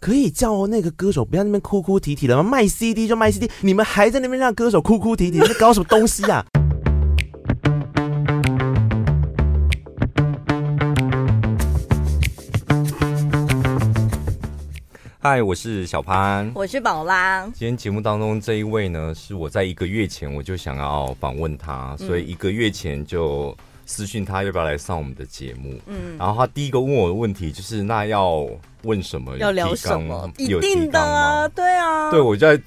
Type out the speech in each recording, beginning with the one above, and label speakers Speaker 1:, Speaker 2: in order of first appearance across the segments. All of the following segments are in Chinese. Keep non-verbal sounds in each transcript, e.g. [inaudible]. Speaker 1: 可以叫那个歌手不要那边哭哭啼啼的吗？卖 CD 就卖 CD，你们还在那边让歌手哭哭啼啼，你在搞什么东西啊？ [laughs]
Speaker 2: 嗨，我是小潘。
Speaker 3: 我是宝拉，
Speaker 2: 今天节目当中这一位呢，是我在一个月前我就想要访问他，所
Speaker 3: 嗯
Speaker 2: 以一个月前就私讯他要不要来上我们的节目。嗯，然后他第一个问我的问题就是，那要问什么？
Speaker 3: 要聊
Speaker 2: 有提
Speaker 3: 什
Speaker 2: 纲
Speaker 3: 么
Speaker 2: 吗？
Speaker 3: 一
Speaker 2: 有提
Speaker 3: 定的
Speaker 2: 纲
Speaker 3: 啊，
Speaker 2: 吗？
Speaker 3: 对啊，
Speaker 2: 对，我就在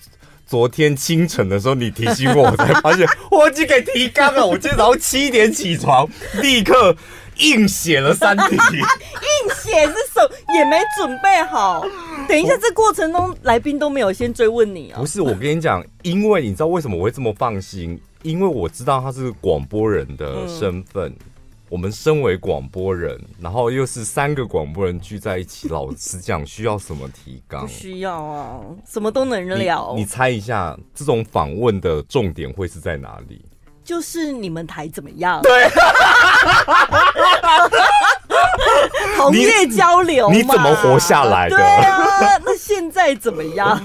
Speaker 2: 昨天清晨的时候，你提醒我，我才发现我忘记给提纲了。我今天早上七点起床，立刻硬写了三题。
Speaker 3: 硬写是手也没准备
Speaker 2: [laughs]
Speaker 3: 好。等一下，这过程中来宾都没有先追问你啊
Speaker 2: 不。是，我跟你讲，因为你知道为什么我会这么放心？因为我知道他是广播人的
Speaker 3: 嗯
Speaker 2: 身份。我们身为广播人，然后又是三个广播人聚在一起，老实讲，需要什么提纲
Speaker 3: 不？需要啊，什么都能
Speaker 2: 你
Speaker 3: 聊
Speaker 2: 你。猜一下，这种访问的重点会是在哪里？
Speaker 3: 就是你们台怎么样？对， [laughs] 行业交流嘛
Speaker 2: 你怎么活下来的啊
Speaker 3: 对啊，那现在怎么
Speaker 2: [laughs]
Speaker 3: 样？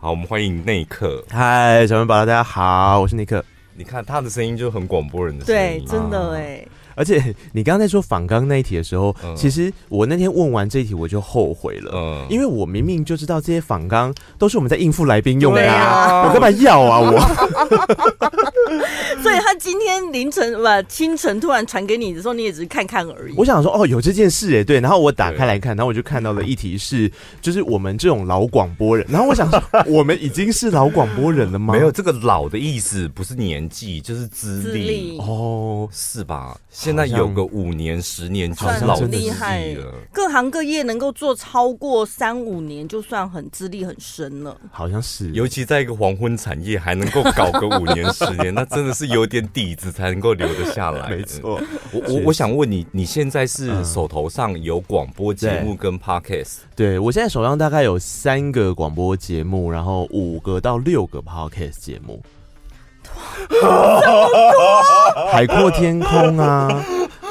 Speaker 2: 好，我们欢迎内克。
Speaker 1: 嗨，小面宝宝，大家好，我是尼克。
Speaker 2: 你看他的声音就很广播人的声
Speaker 3: 对
Speaker 2: 音，，啊
Speaker 3: 真的哎，
Speaker 1: 而且你刚刚在说仿纲那一题的时候，
Speaker 2: 嗯
Speaker 1: 其实我那天问完这一题我就后悔了，
Speaker 2: 嗯
Speaker 1: 因为我明明就知道这些仿纲都是我们在应付来宾用的
Speaker 3: 对
Speaker 1: 啊，
Speaker 3: 啊
Speaker 1: 我干嘛要啊
Speaker 2: [laughs]
Speaker 1: 我？
Speaker 3: 所以他今天凌晨不清晨突然传给你的时候，你也只是看看而已。
Speaker 1: 我想说哦有这件事哎、对，然后我打开来看，然后我就看到了一题是就是我们这种老广播人，然后我
Speaker 2: [laughs]
Speaker 1: 想说我们已经是老广播人了吗？
Speaker 2: 没有这个老的意思，不是年纪，就是资
Speaker 3: 资
Speaker 2: 历
Speaker 3: 历，
Speaker 1: 哦，
Speaker 2: 是吧？现在有个五年、十年就
Speaker 1: 好
Speaker 2: 是
Speaker 1: 像
Speaker 2: 老
Speaker 3: 算
Speaker 2: 资
Speaker 1: 真的
Speaker 3: 很厉
Speaker 2: 历
Speaker 3: 害
Speaker 2: 了。，
Speaker 3: 各行各业能够做超过三五年，就算很资历很深了。
Speaker 1: 好像是
Speaker 2: 尤其在一个黄昏产业还能够搞个五年、十年， [laughs] 那真的是有点底子才能够留得下来。呃
Speaker 1: 没错，
Speaker 2: 我
Speaker 1: 确
Speaker 2: 我
Speaker 1: 实
Speaker 2: 我想问你，你现在
Speaker 1: 嗯
Speaker 2: 是手头上有广播节目跟 podcast，
Speaker 1: 对我现在手上大概有三个广播节目，然后五个到六个 podcast 节目，海阔天空啊！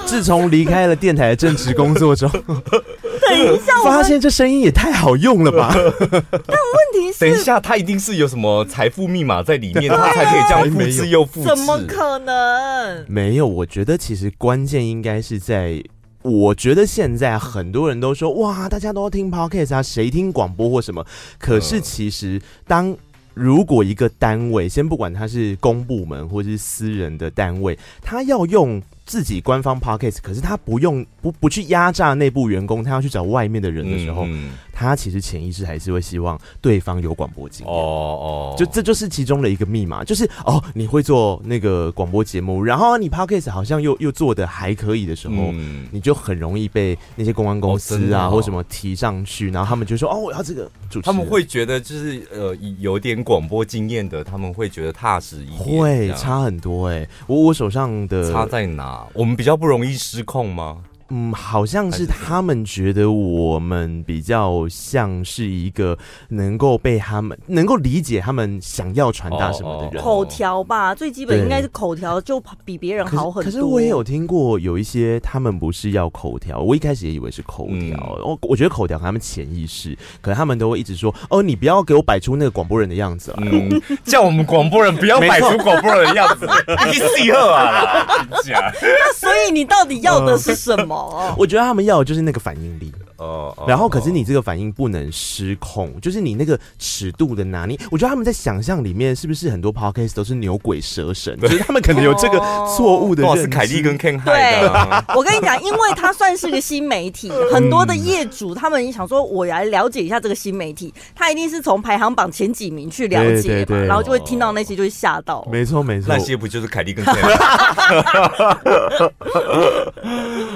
Speaker 1: 自从离开了电台的正职工作之后，
Speaker 3: 等一下，我
Speaker 1: 发
Speaker 3: 们
Speaker 1: 现这声音也太好用了吧！
Speaker 3: 问题
Speaker 2: 等一
Speaker 3: 是
Speaker 2: 下他一定是有什么财富密码在里面，
Speaker 1: 啊
Speaker 2: 他才可以这样复制又复制。
Speaker 3: 怎么可能？
Speaker 1: 没有，我觉得其实关键应该是在。我觉得现在很多人都说哇，大家都要听 podcast 啊，谁听广播或什么？可是
Speaker 2: 嗯
Speaker 1: 其实当如果一个单位，先不管它是公部门或是私人的单位，他要用自己官方 podcast，可是他不用不不去压榨内部员工，他要去找外面的人的时候，
Speaker 2: 嗯
Speaker 1: 他其实潜意识还是会希望对方有广播经验。
Speaker 2: 哦哦，
Speaker 1: 就这就是其中的一个密码，就是哦，你会做那个广播节目，然后你 podcast 好像又又做的还可以的时候。
Speaker 2: 嗯
Speaker 1: 你就很容易被那些公关公
Speaker 2: 哦真
Speaker 1: 司
Speaker 2: 的
Speaker 1: 啊，
Speaker 2: 哦
Speaker 1: 或什么提上去，然后他们就说：“哦，我要这个主持人。”
Speaker 2: 他们会觉得就是呃有点广播经验的，他们会觉得踏实一点。这
Speaker 1: 会
Speaker 2: 样
Speaker 1: 差很多哎、我我手上的
Speaker 2: 差在哪？我们比较不容易失控吗？
Speaker 1: 嗯，好像是他们觉得我们比较像是一个能够被他们能够理解他们想要传达什么的人。
Speaker 2: 哦
Speaker 3: 口条吧，最基本
Speaker 1: 对
Speaker 3: 应该是口条，就比别人
Speaker 1: 可
Speaker 3: 好
Speaker 1: 是
Speaker 3: 很多。
Speaker 1: 可是我也有听过有一些他们不是要口条，我一开始也以为是口条，
Speaker 2: 嗯
Speaker 1: 我、我觉得口条可能他们潜意识，可能他们都会一直说哦，你不要给我摆出那个广播人的样子了。
Speaker 2: 嗯，叫我们广播人不要摆出广播人的样子，你喜贺啊！假
Speaker 3: 那所以你到底要
Speaker 1: 嗯
Speaker 3: 的是什
Speaker 1: [laughs]
Speaker 3: 么？
Speaker 1: 我觉得他们要的就是那个反应力，
Speaker 2: 哦
Speaker 1: 然后可是你这个反应不能失控，就是你那个尺度的拿捏。我觉得他们在想象里面是不是很多 podcast 都是牛鬼蛇神，就是他们可能有这个错误的
Speaker 2: 哇
Speaker 1: 认
Speaker 2: 哦是
Speaker 1: 知。
Speaker 2: 凯莉跟 Ken 害
Speaker 3: 对
Speaker 2: 的啊，
Speaker 3: 我跟你讲，因为它算是个新媒体，
Speaker 1: 嗯
Speaker 3: 很多的业主他们想说，我来了解一下这个新媒体，他一定是从排行榜前几名去了
Speaker 1: 对对
Speaker 3: 解嘛，
Speaker 1: 对哦
Speaker 3: 然后就会听到那些就会吓到。
Speaker 1: 没错没错，
Speaker 2: [laughs] 那些不就是凯莉跟 Ken？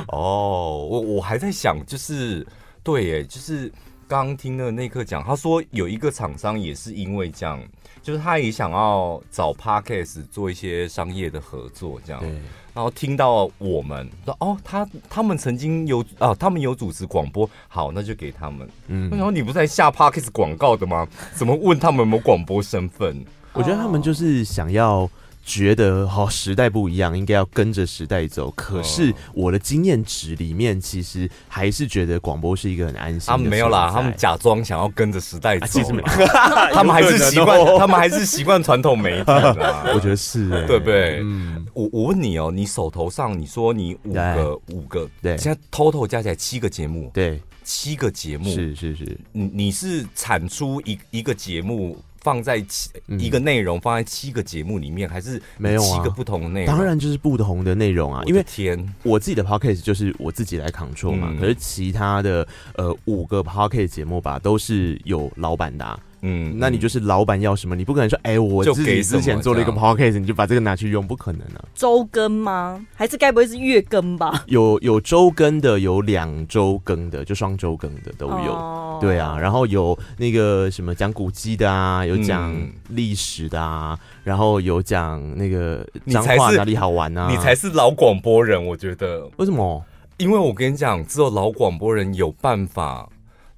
Speaker 2: 哦，我我还在想，就是对耶，就是刚刚听的那一刻讲，他说有一个厂商也是因为这样，就是他也想要找 Podcast 做一些商业的合作，这样。
Speaker 1: 对
Speaker 2: 然后听到我们说哦，他他们曾经有啊，他们有主持广播，好，那就给他们。
Speaker 1: 嗯
Speaker 2: 然后你不是在下 Parkes 广告的吗？怎么问他们有没有广播身份？
Speaker 1: 我觉得他们就是想要觉得好、时代不一样，应该要跟着时代走。可
Speaker 2: 哦
Speaker 1: 是我的经验值里面，其实还是觉得广播是一个很安心的
Speaker 2: 他啊们没有啦，
Speaker 1: 所在
Speaker 2: 他们假装想要跟着时代
Speaker 1: 啊
Speaker 2: 走
Speaker 1: 其实没
Speaker 2: 啦， [laughs] 他们还是
Speaker 1: [laughs]
Speaker 2: 习
Speaker 1: 有可能
Speaker 2: 惯，
Speaker 1: 哦
Speaker 2: 他们还是习惯传统媒体啦
Speaker 1: [laughs] 。我觉得是、欸，
Speaker 2: 对不对
Speaker 1: 嗯，
Speaker 2: 我我问你哦，你手头上你说你五个五个，
Speaker 1: 哎对
Speaker 2: 现在 total 加起来七个节目，
Speaker 1: 对，
Speaker 2: 七个节目，
Speaker 1: 是是是，
Speaker 2: 你你是产出一一个节目放在七、
Speaker 1: 嗯
Speaker 2: 一个内容放在七个节目里面，还是
Speaker 1: 没有啊
Speaker 2: 七个不同的内容？
Speaker 1: 当，然就是不同的内容啊，因为
Speaker 2: 天，
Speaker 1: 我自己的 podcast 就是我自己来 control 嘛，
Speaker 2: 嗯
Speaker 1: 可是其他的呃五个 podcast 节目吧，都是有老板的、啊，
Speaker 2: 嗯
Speaker 1: 那你就是老板要什么，你不可能说，哎、我
Speaker 2: 就
Speaker 1: 自己
Speaker 2: 给什
Speaker 1: 之
Speaker 2: 么
Speaker 1: 前做了一个
Speaker 2: 这
Speaker 1: podcast，你就把这个拿去用，不可能啊。
Speaker 3: 周更吗？还是该不会是月更吧？
Speaker 1: 有有周更的，有两周更的，就双周更的都有。
Speaker 3: 哦
Speaker 1: 对啊，，然后有那个什么讲古迹的啊，有讲
Speaker 2: 嗯
Speaker 1: 历史的啊，然后有讲那个
Speaker 2: 你
Speaker 1: 彰
Speaker 2: 才
Speaker 1: 化
Speaker 2: 是
Speaker 1: 哪里好玩啊。
Speaker 2: 你才是老广播人，我觉得，
Speaker 1: 为什么？
Speaker 2: 因为我跟你讲，只有老广播人有办法。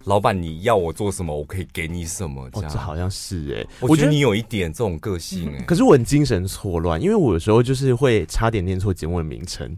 Speaker 2: 老板，你要我做什么，我可以给你什么。这
Speaker 1: 哦，
Speaker 2: 样，
Speaker 1: 这好像是哎、
Speaker 2: 我觉得你有一点这种个
Speaker 1: [laughs]
Speaker 2: 性、哎，
Speaker 1: 可是我很精神错乱，因为我有时候就是会差点念错节目的名
Speaker 2: [laughs]
Speaker 1: 称。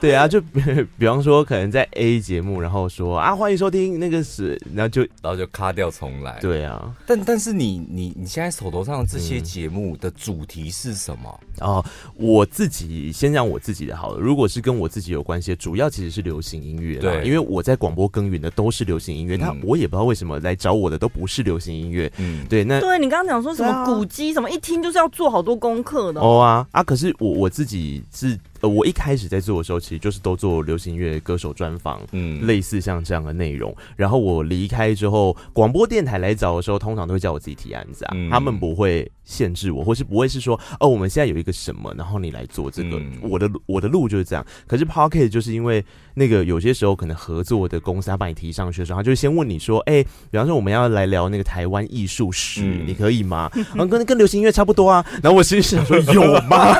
Speaker 1: 对啊，就 [laughs] 比比方说，可能在 A 节目，然后说啊，欢迎收听那个是，然后就
Speaker 2: 然后就卡掉重来。，
Speaker 1: 对啊，
Speaker 2: 但但是你你你现在手头上的这些节目的主题是什么？
Speaker 1: 哦，我自己先讲我自己的好了。如果是跟我自己有关系，主要其实是流行音乐啦。
Speaker 2: 对
Speaker 1: 因为我在广播耕耘的都是流行音乐，
Speaker 2: 嗯
Speaker 1: 那、我也不知道为什么来找我的都不是流行音乐。
Speaker 2: 嗯，
Speaker 1: 对，那
Speaker 3: 哎对你刚刚讲说什
Speaker 1: 对啊
Speaker 3: 么古迹什么，一听就是要做好多功课的。
Speaker 1: 哦啊啊！可是我我自己是、呃，我一开始在做的时候，其实就是都做流行音乐歌手专访。
Speaker 2: 嗯，
Speaker 1: 类似像这样的内容，然后我离开之后，广播电台来找的时候，通常都会叫我自己提案子啊，
Speaker 2: 嗯
Speaker 1: 他们不会限制我，或是不会是说哦，我们现在有一个什么，然后你来做这个。
Speaker 2: 嗯
Speaker 1: 我的我的路就是这样。可是 Pocket 就是因为那个有些时候可能合作的公司他把你提上去的时候，他就会先问你说，哎、比方说我们要来聊那个台湾艺术史，
Speaker 2: 嗯
Speaker 1: 你可以吗？嗯，跟跟流行音乐差不多啊。然后我心里想说，有吗？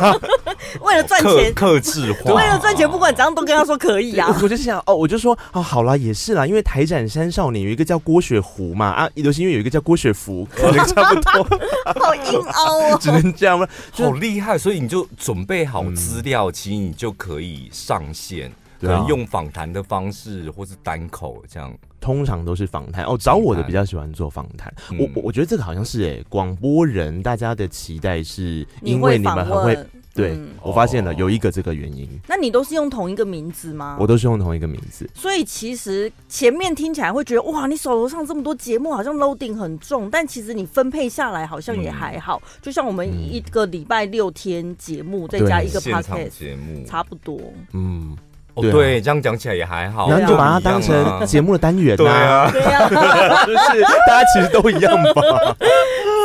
Speaker 3: 为了赚
Speaker 2: 克
Speaker 3: 钱，
Speaker 2: 克制化，
Speaker 3: 为了赚钱，不管怎样都跟他说可以啊。 [laughs]
Speaker 1: 我就想哦，我就说哦，好啦，也是啦，因为台展山少年有一个叫郭雪湖嘛，啊，流行音乐有一个叫郭雪芙，可能差不多，
Speaker 3: 好硬凹哦。
Speaker 1: 只能这样了。
Speaker 2: 好厉害，所以你就准备好资料，其实你就可以上线，
Speaker 1: 对
Speaker 2: 可
Speaker 1: 啊
Speaker 2: 能用访谈的方式或是单口这样。
Speaker 1: 通常都是访谈哦，找我的比较喜欢做访谈。
Speaker 2: 嗯
Speaker 1: 我我我觉得这个好像是哎、广播人大家的期待是因为
Speaker 3: 会
Speaker 1: 你
Speaker 3: 访
Speaker 1: 们很会，
Speaker 3: 问，
Speaker 1: 对、
Speaker 3: 嗯
Speaker 1: 我发现了
Speaker 2: 哦
Speaker 1: 有一个这个原因，
Speaker 3: 那你都是用同一个名字吗？
Speaker 1: 我都是用同一个名字。
Speaker 3: 所以其实前面听起来会觉得哇，你手头上这么多节目好像 loading 很重，但其实你分配下来好像也还好。就像我们
Speaker 1: 嗯
Speaker 3: 一个礼拜六天节目，再
Speaker 1: 对
Speaker 3: 加一个
Speaker 2: 现场
Speaker 3: podcast，
Speaker 2: 节目，
Speaker 3: 差不多。
Speaker 1: 嗯，
Speaker 2: 哦
Speaker 1: 对啊
Speaker 2: 对，这样讲起来也还好，
Speaker 1: 然后你就把它
Speaker 2: 一样
Speaker 1: 当
Speaker 2: 啊
Speaker 1: 成节目的单元
Speaker 2: 对
Speaker 1: 呐、
Speaker 2: 啊， [laughs]
Speaker 3: 对
Speaker 1: [laughs]
Speaker 3: 啊，
Speaker 1: 就是大家其实都一样吧。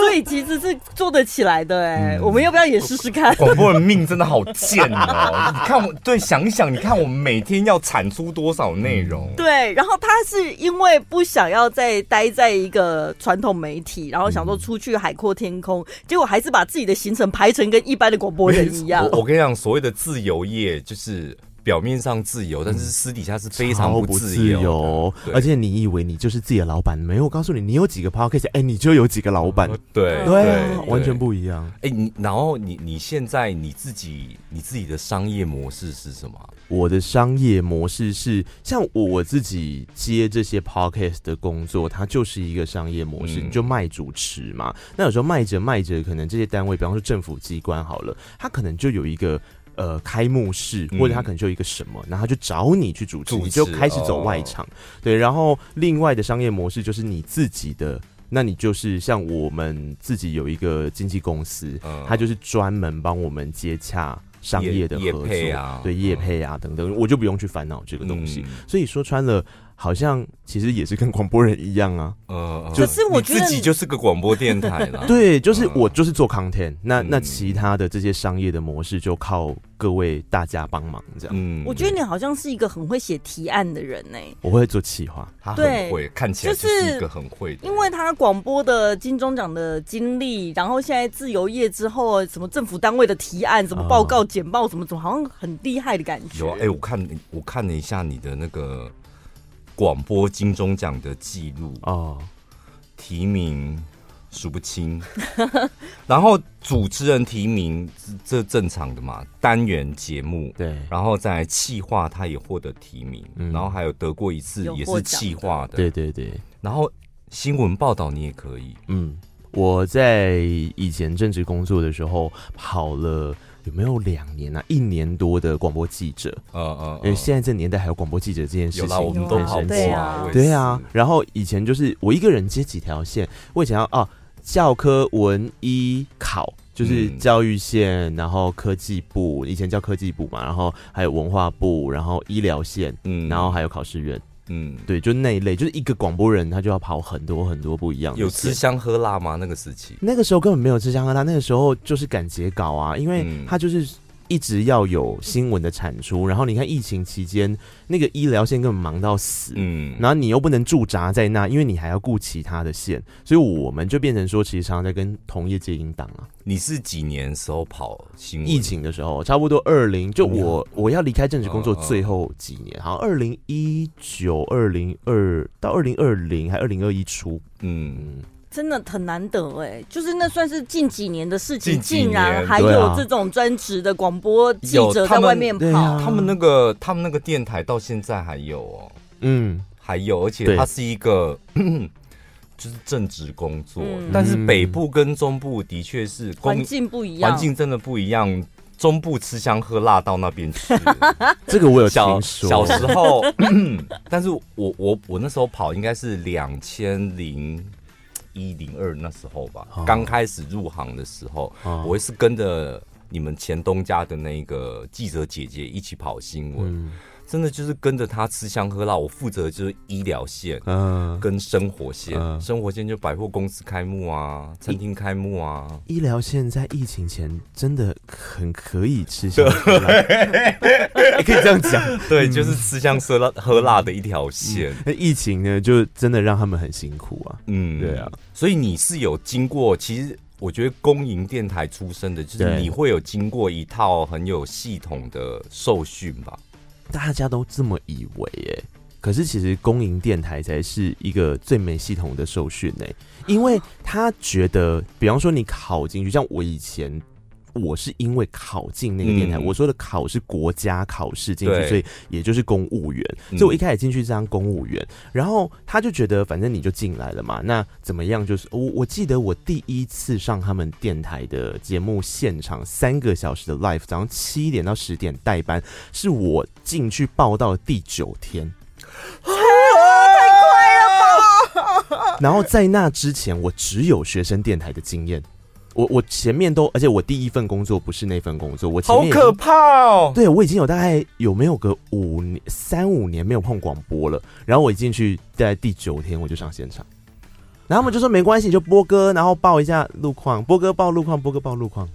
Speaker 3: 所以其实是做得起来的哎、我们要不要也试试看？
Speaker 2: 广播人命真的好贱哦！你看我，对，想一想，你看我每天要产出多少内容？
Speaker 3: 对，然后他是因为不想要再待在一个传统媒体，然后想说出去海阔天空，
Speaker 2: 嗯
Speaker 3: 结果还是把自己的行程排成跟一般的广播人一样。
Speaker 2: 我我跟你讲，所谓的自由业就是表面上自由，但是私底下是非常
Speaker 1: 超
Speaker 2: 不
Speaker 1: 哦自
Speaker 2: 自由的。对
Speaker 1: 而且你以为你就是自己的老板，没有我告诉你，你有几个 podcast，哎、你就有几个老板，
Speaker 2: 嗯对
Speaker 1: 对
Speaker 2: 对
Speaker 1: 啊，完全。不一样。
Speaker 2: 哎，你然后你你现在你自己你自己的商业模式是什么？
Speaker 1: 我的商业模式是像我我自己接这些 podcast 的工作，它就是一个商业模式，
Speaker 2: 嗯
Speaker 1: 你就卖主持嘛。那有时候卖着卖着，可能这些单位，比方说政府机关好了，它可能就有一个。呃，开幕式
Speaker 2: 嗯
Speaker 1: 或者它可能就有一个什么，然后它就找你去主持，
Speaker 2: 主持哦
Speaker 1: 你就开始走外场，对。然后另外的商业模式就是你自己的，那你就是像我们自己有一个经纪公司，
Speaker 2: 嗯
Speaker 1: 他就是专门帮我们接洽商业的合
Speaker 2: 业
Speaker 1: 作，
Speaker 2: 业配啊嗯
Speaker 1: 对业配啊等等，我就不用去烦恼这个东西。所以说穿了，好像其实也是跟广播人一样
Speaker 2: [laughs]
Speaker 1: 啊。
Speaker 2: 嗯，呃
Speaker 3: 可是我觉得
Speaker 2: 你自己就是个广播电台
Speaker 3: [laughs]
Speaker 2: 啦。
Speaker 1: 对，就是
Speaker 2: 嗯
Speaker 1: 我就是做 content，那
Speaker 2: 嗯
Speaker 1: 那其他的这些商业的模式就靠各位大家帮忙这样。
Speaker 2: 嗯
Speaker 3: 我觉得你好像是一个很会写提案的人呢、
Speaker 1: 我会做企划，
Speaker 2: 他啊很
Speaker 3: 对
Speaker 2: 会，看起来
Speaker 3: 就
Speaker 2: 就是是一个很会的人，
Speaker 3: 因为他广播的金钟奖的经历，然后现在自由业之后，什么政府单位的提案、什么报告、简报，什么什么，好像很厉害的感觉。
Speaker 2: 啊有啊哎、我看你我看了一下你的那个广播金钟奖的记录，
Speaker 1: 哦，
Speaker 2: 提名数不
Speaker 3: [laughs]
Speaker 2: 清。然后主持人提名，这这正常的嘛，单元节目。
Speaker 1: 对，
Speaker 2: 然后再来企划，他也获得提名，
Speaker 1: 嗯
Speaker 2: 然后还有得过一次
Speaker 3: 有
Speaker 2: 也
Speaker 3: 获
Speaker 2: 是
Speaker 3: 奖
Speaker 2: 企划的，
Speaker 1: 对对对，
Speaker 2: 然后新闻报道你也可以，
Speaker 1: 嗯，我在以前正职工作的时候跑了。有没有两年啊？一年多的广播记者，
Speaker 2: 呃呃
Speaker 1: 因为现在这年代还有广播记者这件事
Speaker 2: 有
Speaker 1: 情，
Speaker 2: 啦，我们
Speaker 3: 有
Speaker 2: 都
Speaker 1: 很
Speaker 3: 啊
Speaker 2: 跑
Speaker 1: 神奇
Speaker 2: 过
Speaker 3: 对
Speaker 2: 啊，我也
Speaker 1: 对
Speaker 2: 是
Speaker 1: 啊，，然后以前就是我一个人接几条线，我以前要啊教科文医考，就是
Speaker 2: 嗯
Speaker 1: 教育线，然后科技部，以前叫科技部嘛，然后还有文化部，然后医疗线，
Speaker 2: 嗯
Speaker 1: 然后还有考试院，
Speaker 2: 嗯，
Speaker 1: 对，就那一类，就是一个广播人他就要跑很多很多不一样的
Speaker 2: 有吃
Speaker 1: 线。
Speaker 2: 香喝辣吗？那个时期，
Speaker 1: 那个时候根本没有吃香喝辣，那个时候就是赶截稿啊，因为
Speaker 2: 嗯
Speaker 1: 他就是一直要有新闻的产出，然后你看疫情期间那个医疗线根本忙到死，
Speaker 2: 嗯，
Speaker 1: 然后你又不能驻扎在那，因为你还要顾其他的线，所以我们就变成说，其实常常在跟同业界应档啊。
Speaker 2: 你是几年时候跑新闻？
Speaker 1: 疫情的时候，差不多二零，就
Speaker 2: 嗯你
Speaker 1: 我
Speaker 2: 好
Speaker 1: 我要离开正职工作
Speaker 2: 嗯嗯嗯
Speaker 1: 最后几年，好像二零一九、二零二到二零二零还二零二一初，
Speaker 2: 嗯，
Speaker 1: 嗯，
Speaker 3: 真的很难得哎、就是那算是近几年的事情，
Speaker 2: 近几年
Speaker 3: 竟然还
Speaker 1: 对啊
Speaker 3: 有这种专职的广播记者
Speaker 2: 有他
Speaker 3: 在
Speaker 2: 们
Speaker 3: 外面
Speaker 1: 对啊
Speaker 3: 跑，
Speaker 2: 他们那个他们那个电台到现在还有哦，
Speaker 1: 嗯，
Speaker 2: 还有，而且
Speaker 1: 对
Speaker 2: 它是一个 [clears throat] 就是正职工作，
Speaker 3: 嗯
Speaker 2: 但是北部跟中部的确是工
Speaker 3: 环境不一样，
Speaker 2: 环境真的不一样。中部吃香喝辣到那边
Speaker 1: [laughs]
Speaker 2: 去，
Speaker 1: 这个我有
Speaker 2: 小
Speaker 1: 听说，
Speaker 2: 小时候， [clears throat] 但是我我我那时候跑应该是两千零一零二那时候吧
Speaker 1: 哦，
Speaker 2: 刚、开始入行的时候，
Speaker 1: 哦
Speaker 2: 我是跟着你们前东家的那个记者姐姐一起跑新闻，
Speaker 1: 嗯
Speaker 2: 真的就是跟着她吃香喝辣，我负责就是医疗线。
Speaker 1: 嗯、
Speaker 2: 跟生活线，
Speaker 1: 嗯
Speaker 2: 生活线就百货公司开幕啊，餐厅开幕啊，
Speaker 1: 医疗线在疫情前真的很可以吃香喝辣，欸可以这样讲。
Speaker 2: [laughs] 对，
Speaker 1: 嗯
Speaker 2: 就是吃香喝辣喝辣的一条线。
Speaker 1: 那疫情呢，就真的让他们很辛苦啊。
Speaker 2: 嗯
Speaker 1: 对啊，
Speaker 2: 所以你是有经过，其实我觉得公营电台出身的，就是
Speaker 1: 对
Speaker 2: 你会有经过一套很有系统的受训吧？
Speaker 1: 大家都这么以为耶。可是其实公营电台才是一个最没系统的受训呢，因为他觉得，比方说你考进去，像我以前。我是因为考进那个电台，
Speaker 2: 嗯
Speaker 1: 我说的考是国家考试进去，
Speaker 2: 对
Speaker 1: 所以也就是公务员。所
Speaker 2: 嗯
Speaker 1: 以我一开始进去是当公务员，然后他就觉得反正你就进来了嘛，那怎么样？就是我我记得我第一次上他们电台的节目现场，三个小时的 live，早上七点到十点代班，是我进去报道的第九天。太快了吧！ [laughs] 然后在那之前，我只有学生电台的经验。我我前面都，而且我第一份工作不是那份工作，我前
Speaker 2: 好
Speaker 1: 面已经
Speaker 2: 可怕
Speaker 1: [laughs]
Speaker 2: 哦！
Speaker 1: 对我已经有大概有没有个五年三五年没有碰广播了，然后我一进去在第九天我就上现场，然后他们就说没关系，你就播歌，然后报一下路况，播歌报路况，播歌报路况。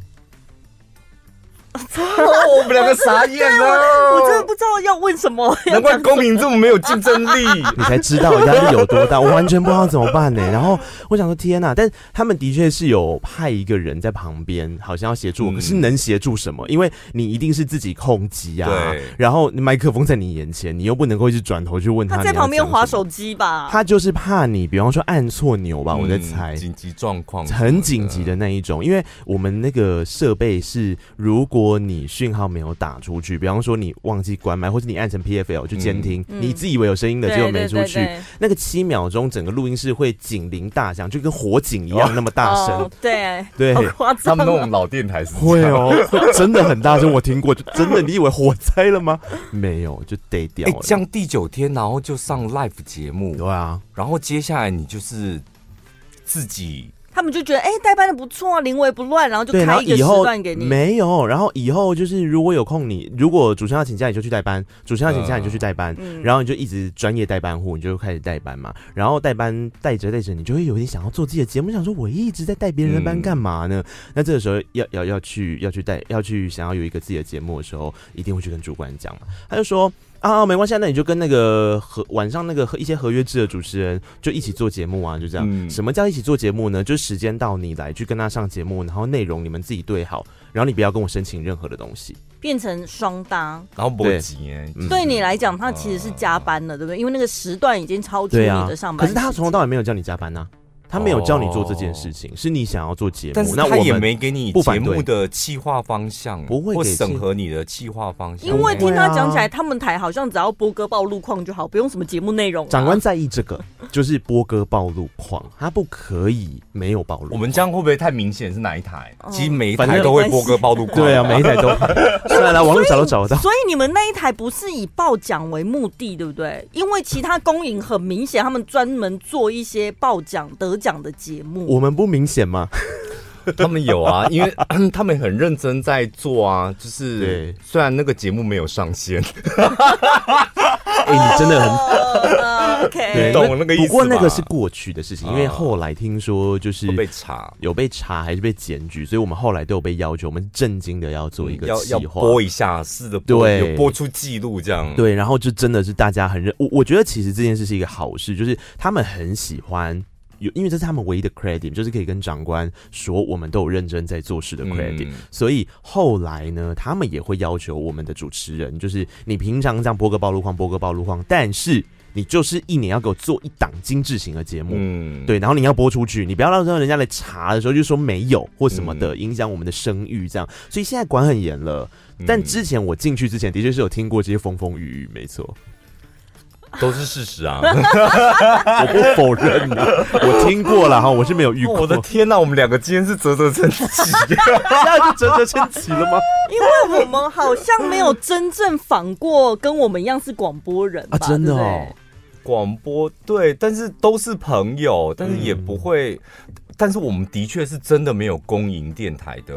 Speaker 2: 我们两个傻眼了，
Speaker 1: 哦
Speaker 3: [laughs] 我真的不知道要问什么，
Speaker 2: 难怪公民这么没有竞争
Speaker 1: [laughs]
Speaker 2: 力。
Speaker 1: 你才知道压力有多大，我完全不知道怎么办呢。然后我想说天呐，但他们的确是有派一个人在旁边，好像要协助我，
Speaker 2: 嗯
Speaker 1: 可是能协助什么？因为你一定是自己控机啊
Speaker 2: 对，
Speaker 1: 然后麦克风在你眼前，你又不能够一直转头去问他。
Speaker 3: 他在旁边
Speaker 1: 划
Speaker 3: 划手机吧。
Speaker 1: 他就是怕你，比方说按错钮吧，我在
Speaker 2: 嗯
Speaker 1: 猜。
Speaker 2: 紧急状况，
Speaker 1: 很紧急的。那一种，因为我们那个设备是，如果你讯号没有打出去，比方说你忘记关麦，或者你按成 PFL 就监听，
Speaker 3: 嗯
Speaker 1: 你自以为有声音的，结果没出去，
Speaker 3: 对对
Speaker 1: 那个七秒钟整个录音室会警铃大响，就跟火警一样那么大声，
Speaker 3: 哦对，
Speaker 1: 对。
Speaker 3: 好
Speaker 2: [laughs]
Speaker 3: 夸
Speaker 2: 他
Speaker 3: 张
Speaker 2: 们那
Speaker 3: 哦。
Speaker 2: 种老电台是这样
Speaker 1: 会哦，会 [laughs] 真的很大声，我听过，就真的，你以为火灾了吗？没有，就得掉
Speaker 2: 哎、
Speaker 1: 了。
Speaker 2: 这样第九天，然后就上 live 节目，
Speaker 1: 对啊，
Speaker 2: 然后接下来你就是自己
Speaker 3: 他们就觉得哎，代班的不错啊，临危不乱，然后就
Speaker 1: 对，然
Speaker 3: 开
Speaker 1: 后
Speaker 3: 一个
Speaker 1: 以
Speaker 3: 时
Speaker 1: 后嗯
Speaker 3: 段给你。
Speaker 1: 没有，然后以后就是如果有空你，如果主持人要请假，你就去代班；主持人要请假，
Speaker 2: 嗯
Speaker 1: 你就去代班。
Speaker 3: 嗯
Speaker 1: 然后你就一直专业代班户，你就开始代班嘛。然后代班带着带着，你就会有点想要做自己的节目，想说我一直在带别人的班
Speaker 2: 嗯
Speaker 1: 干嘛呢？那这个时候要要要去要去带要去想要有一个自己的节目的时候，一定会去跟主管讲嘛。他就说。啊，没关系啊，那你就跟那个合晚上那个合一些合约制的主持人就一起做节目啊，就这样。
Speaker 2: 嗯
Speaker 1: 什么叫一起做节目呢？就是时间到你来去跟他上节目，然后内容你们自己对好，然后你不要跟我申请任何的东西。
Speaker 3: 变成双搭，
Speaker 2: 然后不
Speaker 1: 对
Speaker 2: 急哎，
Speaker 1: 嗯
Speaker 3: 对你来讲，它其实是加班了，对不对？因为那个时段已经超出你
Speaker 1: 对啊
Speaker 3: 的上，班
Speaker 1: 可
Speaker 3: 时
Speaker 1: 是
Speaker 3: 间。
Speaker 1: 他从头到尾没有叫你加班呐、啊他没有叫你做这件事情，是你想要做节目，
Speaker 2: 呃哦但是
Speaker 1: 那
Speaker 2: 他
Speaker 1: 我
Speaker 2: 也
Speaker 1: 们
Speaker 2: 没给你
Speaker 1: 不
Speaker 2: 节
Speaker 1: 反对
Speaker 2: 目的企划方向，
Speaker 1: 不会
Speaker 2: 或
Speaker 1: 给
Speaker 2: 审
Speaker 1: 计
Speaker 2: 核你的企划方向，
Speaker 3: 因为听
Speaker 1: 对
Speaker 3: 他
Speaker 1: 啊
Speaker 3: 讲起来，他们台好像只要播歌报路况就好，不用什么节目内容啊。
Speaker 1: 长官在意这个，就是波哥暴露狂，他不可以没有暴露。
Speaker 2: 我们这样会不会太明显是哪一台？
Speaker 3: 哦
Speaker 2: 其实每一
Speaker 1: 反
Speaker 2: 台
Speaker 1: 正
Speaker 2: 都会播 [laughs] 歌暴露狂。
Speaker 1: 对啊，每一台
Speaker 2: [laughs]
Speaker 1: 都，算了，网络找都找得到。
Speaker 3: 所以你们那一台不是以报奖为目的，对不对？因为其他公营很明显，他们专门做一些报奖得奖的节目。
Speaker 1: 我们不明显吗？
Speaker 2: 他们有啊，因为 [clears throat] 他们很认真在做啊，就是
Speaker 1: 对
Speaker 2: 虽然那个节目没有上 [laughs] 线，
Speaker 1: 哎、你真的很
Speaker 3: 呃，OK，
Speaker 1: 对，
Speaker 2: 哎懂
Speaker 1: 那
Speaker 2: 那个意思
Speaker 1: 不过那
Speaker 2: 吧
Speaker 1: 个是过去的事情，因为
Speaker 2: 啊
Speaker 1: 后来听说就是
Speaker 2: 会被查。
Speaker 1: 有被查还是被检举，所以我们后来都有被要求，我们震惊的要做一个
Speaker 2: 嗯要
Speaker 1: 计
Speaker 2: 要
Speaker 1: 划。
Speaker 2: 播一下，试着播，
Speaker 1: 对
Speaker 2: 有播出记录这样。，
Speaker 1: 对，然后就真的是大家很认我，我觉得其实这件事是一个好事，就是他们很喜欢。有，因为这是他们唯一的 credit，就是可以跟长官说我们都有认真在做事的 credit，、
Speaker 2: 嗯
Speaker 1: 所以后来呢，他们也会要求我们的主持人，就是你平常这样播个暴露框，播个暴露框，但是你就是一年要给我做一档精致型的节目，
Speaker 2: 嗯， [laughs]
Speaker 1: 对，然后你要播出去，你不要到时候人家来查的时候就说没有或什么的，影响我们的声誉这样。所以现在管很严了，
Speaker 2: 嗯，
Speaker 1: 但之前我进去之前的确是有听过这些风风雨雨，没错，
Speaker 2: 都是事实 [laughs] 啊！
Speaker 1: 我不否认的，我听过了哈，我是没有遇过，
Speaker 2: [laughs]
Speaker 1: [laughs]
Speaker 2: 我的天哪、我们两个今天是啧啧称奇。啊
Speaker 1: 那就啧啧称奇了吗？
Speaker 3: 因为我们好像没有真正访过跟我们一样是广播人吧
Speaker 1: 啊，真的
Speaker 3: 对不对
Speaker 1: 哦，
Speaker 2: [laughs] 广播对，但是都是朋友，但是也
Speaker 1: 嗯
Speaker 2: 不会，但是我们的确是真的没有公营电台的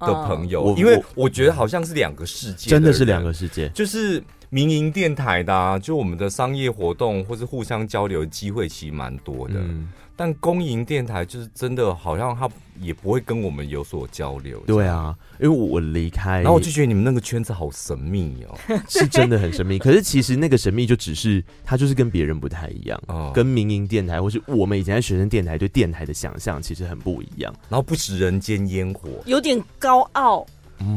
Speaker 2: 的
Speaker 3: 嗯
Speaker 2: 朋友，
Speaker 1: 我
Speaker 2: 因为
Speaker 1: 我
Speaker 2: 我觉得好像是两个世界，
Speaker 1: 真的是两，个世界，
Speaker 2: 就是民营电台的、啊，就我们的商业活动或是互相交流的机会其实蛮多的，
Speaker 1: 嗯，
Speaker 2: 但公营电台就是真的好像他也不会跟我们有所交流，
Speaker 1: 对。啊，因为我我离开，
Speaker 2: 然后我就觉得你们那个圈子好神秘 [laughs] 哦，
Speaker 1: 是真的很神 [laughs] 秘，可是其实那个神秘就只是它就是跟别人不太一样。
Speaker 2: 哦，
Speaker 1: 跟民营电台或是我们以前在学生电台对电台的想象其实很不一样。
Speaker 2: 然后不食人间烟火，
Speaker 3: 有点高傲。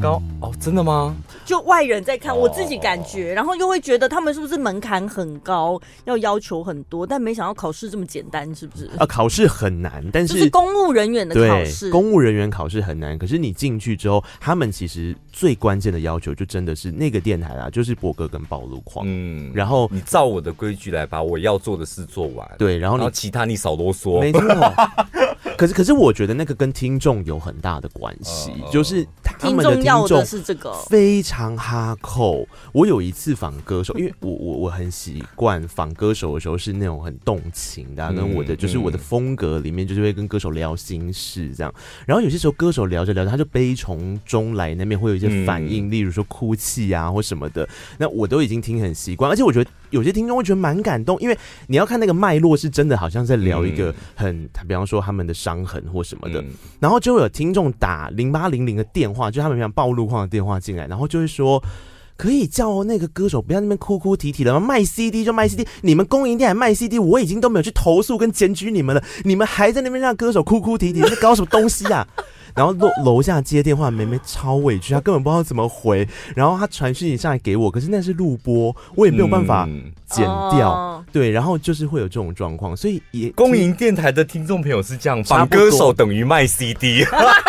Speaker 2: 高哦，真的吗？
Speaker 3: 就外人在看，
Speaker 2: 哦
Speaker 3: 我自己感觉，然后又会觉得他们是不是门槛很高，要要求很多，但没想到考试这么简单，是不是？
Speaker 1: 啊，考试很难，但、
Speaker 3: 就是是公务人员的考试
Speaker 1: 对，公务人员考试很难。可是你进去之后，他们其实最关键的要求就真的是那个电台啦，就是博哥跟暴露狂。
Speaker 2: 嗯
Speaker 1: 然后
Speaker 2: 你照我的规矩来，把我要做的事做完。，
Speaker 1: 对，然后
Speaker 2: 然
Speaker 1: 你
Speaker 2: 后其他你少啰嗦
Speaker 1: 没。错。可是可是我觉得那个跟听众有很大的关系，
Speaker 2: 哦
Speaker 1: 就是他
Speaker 3: 听
Speaker 1: 们的
Speaker 3: 众
Speaker 1: 听
Speaker 3: 要
Speaker 1: 众哦
Speaker 3: 的是这个，
Speaker 1: 非常哈扣。我有一次访歌手，因为我我我很习惯访歌手的时候是那种很动情的啊、
Speaker 2: 嗯
Speaker 1: 跟我的就是我的
Speaker 2: 嗯
Speaker 1: 风格里面就是会跟歌手聊心事这样。然后有些时候歌手聊着聊着，他就悲从中来，那边会有一些反
Speaker 2: 嗯
Speaker 1: 应，例如说哭泣啊或什么的。那我都已经听很习惯，而且我觉得有些听众会觉得蛮感动，因为你要看那个脉络是真的，好像在聊一个很，比方说他们的伤痕或什么的。
Speaker 2: 嗯
Speaker 1: 然后就有听众打零八零零的电话，就他们平常暴露框的电话进来，然后就会说。可以叫那个歌手不要在那边哭哭啼啼的吗？卖 CD 就卖 CD，你们供应店还卖 CD，我已经都没有去投诉跟检举你们了，你们还在那边让歌手哭哭啼啼，在搞什么东西啊？ [laughs] 然后楼楼下接电话，梅梅超委屈，她根本不知道怎么回，然后她传讯息上来给我，可是那是录播，我也没有办法
Speaker 2: 嗯
Speaker 1: 剪掉，
Speaker 3: 哦
Speaker 1: 对，然后就是会有这种状况，所以也
Speaker 2: 公营电台的听众朋友是这样，
Speaker 1: 差
Speaker 2: 绑
Speaker 1: 不多
Speaker 2: 歌手等于卖 CD。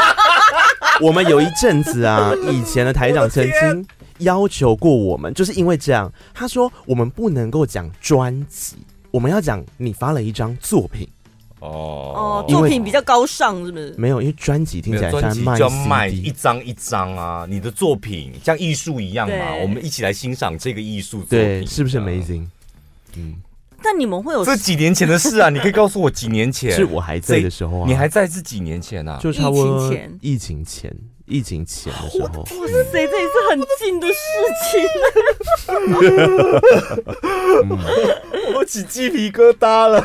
Speaker 1: [laughs] 我们有一阵子 [laughs] 啊，以前的台长曾经要求过我们，就是因为这样，他说我们不能够讲专辑，我们要讲你发了一张作品，
Speaker 2: [laughs]
Speaker 3: 哦
Speaker 2: 哦，
Speaker 1: 因
Speaker 3: 作
Speaker 1: 为
Speaker 3: 品比较高尚，是不是？
Speaker 1: 没有，因为专辑听
Speaker 2: 没
Speaker 1: 起来
Speaker 2: 有
Speaker 1: 像
Speaker 2: 专
Speaker 1: 在
Speaker 2: 辑就要卖
Speaker 1: 卖
Speaker 2: 一
Speaker 1: CD。
Speaker 2: 张一张啊，你的作品像艺术一样嘛，
Speaker 3: 对
Speaker 2: 我们一起来欣赏这个艺术作
Speaker 1: 对，
Speaker 2: 品，
Speaker 1: 是不是
Speaker 2: 这样
Speaker 1: amazing？嗯，
Speaker 3: 但你们会有
Speaker 2: 这几年前的事
Speaker 1: [laughs]
Speaker 2: 啊，你可以告诉我几年前？
Speaker 1: 是我还在的时候啊，
Speaker 2: 你还在是几年前啊？
Speaker 1: 就差不多
Speaker 3: 疫
Speaker 1: 疫
Speaker 3: 情前
Speaker 1: 情前，疫情前的时候，
Speaker 3: 哇塞，这也是很近的事情。
Speaker 2: 我起鸡皮疙瘩了。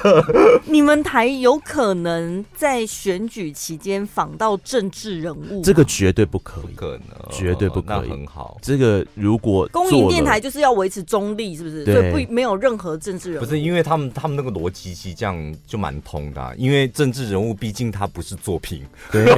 Speaker 3: 你们台有可能在选举期间访到政治人物吗，
Speaker 1: 这个绝对不可
Speaker 2: 不
Speaker 1: 以。
Speaker 2: 可能，
Speaker 1: 绝对不可以
Speaker 2: 那很好。
Speaker 1: 这个如果
Speaker 3: 公营
Speaker 1: 做
Speaker 3: 电
Speaker 1: 了
Speaker 3: 台就是要维持中立，是不是？
Speaker 1: 对
Speaker 3: 所以不没有任何政治人
Speaker 2: 不
Speaker 3: 物。
Speaker 2: 是因为他们他们那个逻辑其实这样就蛮通的啊、因为政治人物毕竟他不是作品，
Speaker 1: 对，
Speaker 2: [laughs]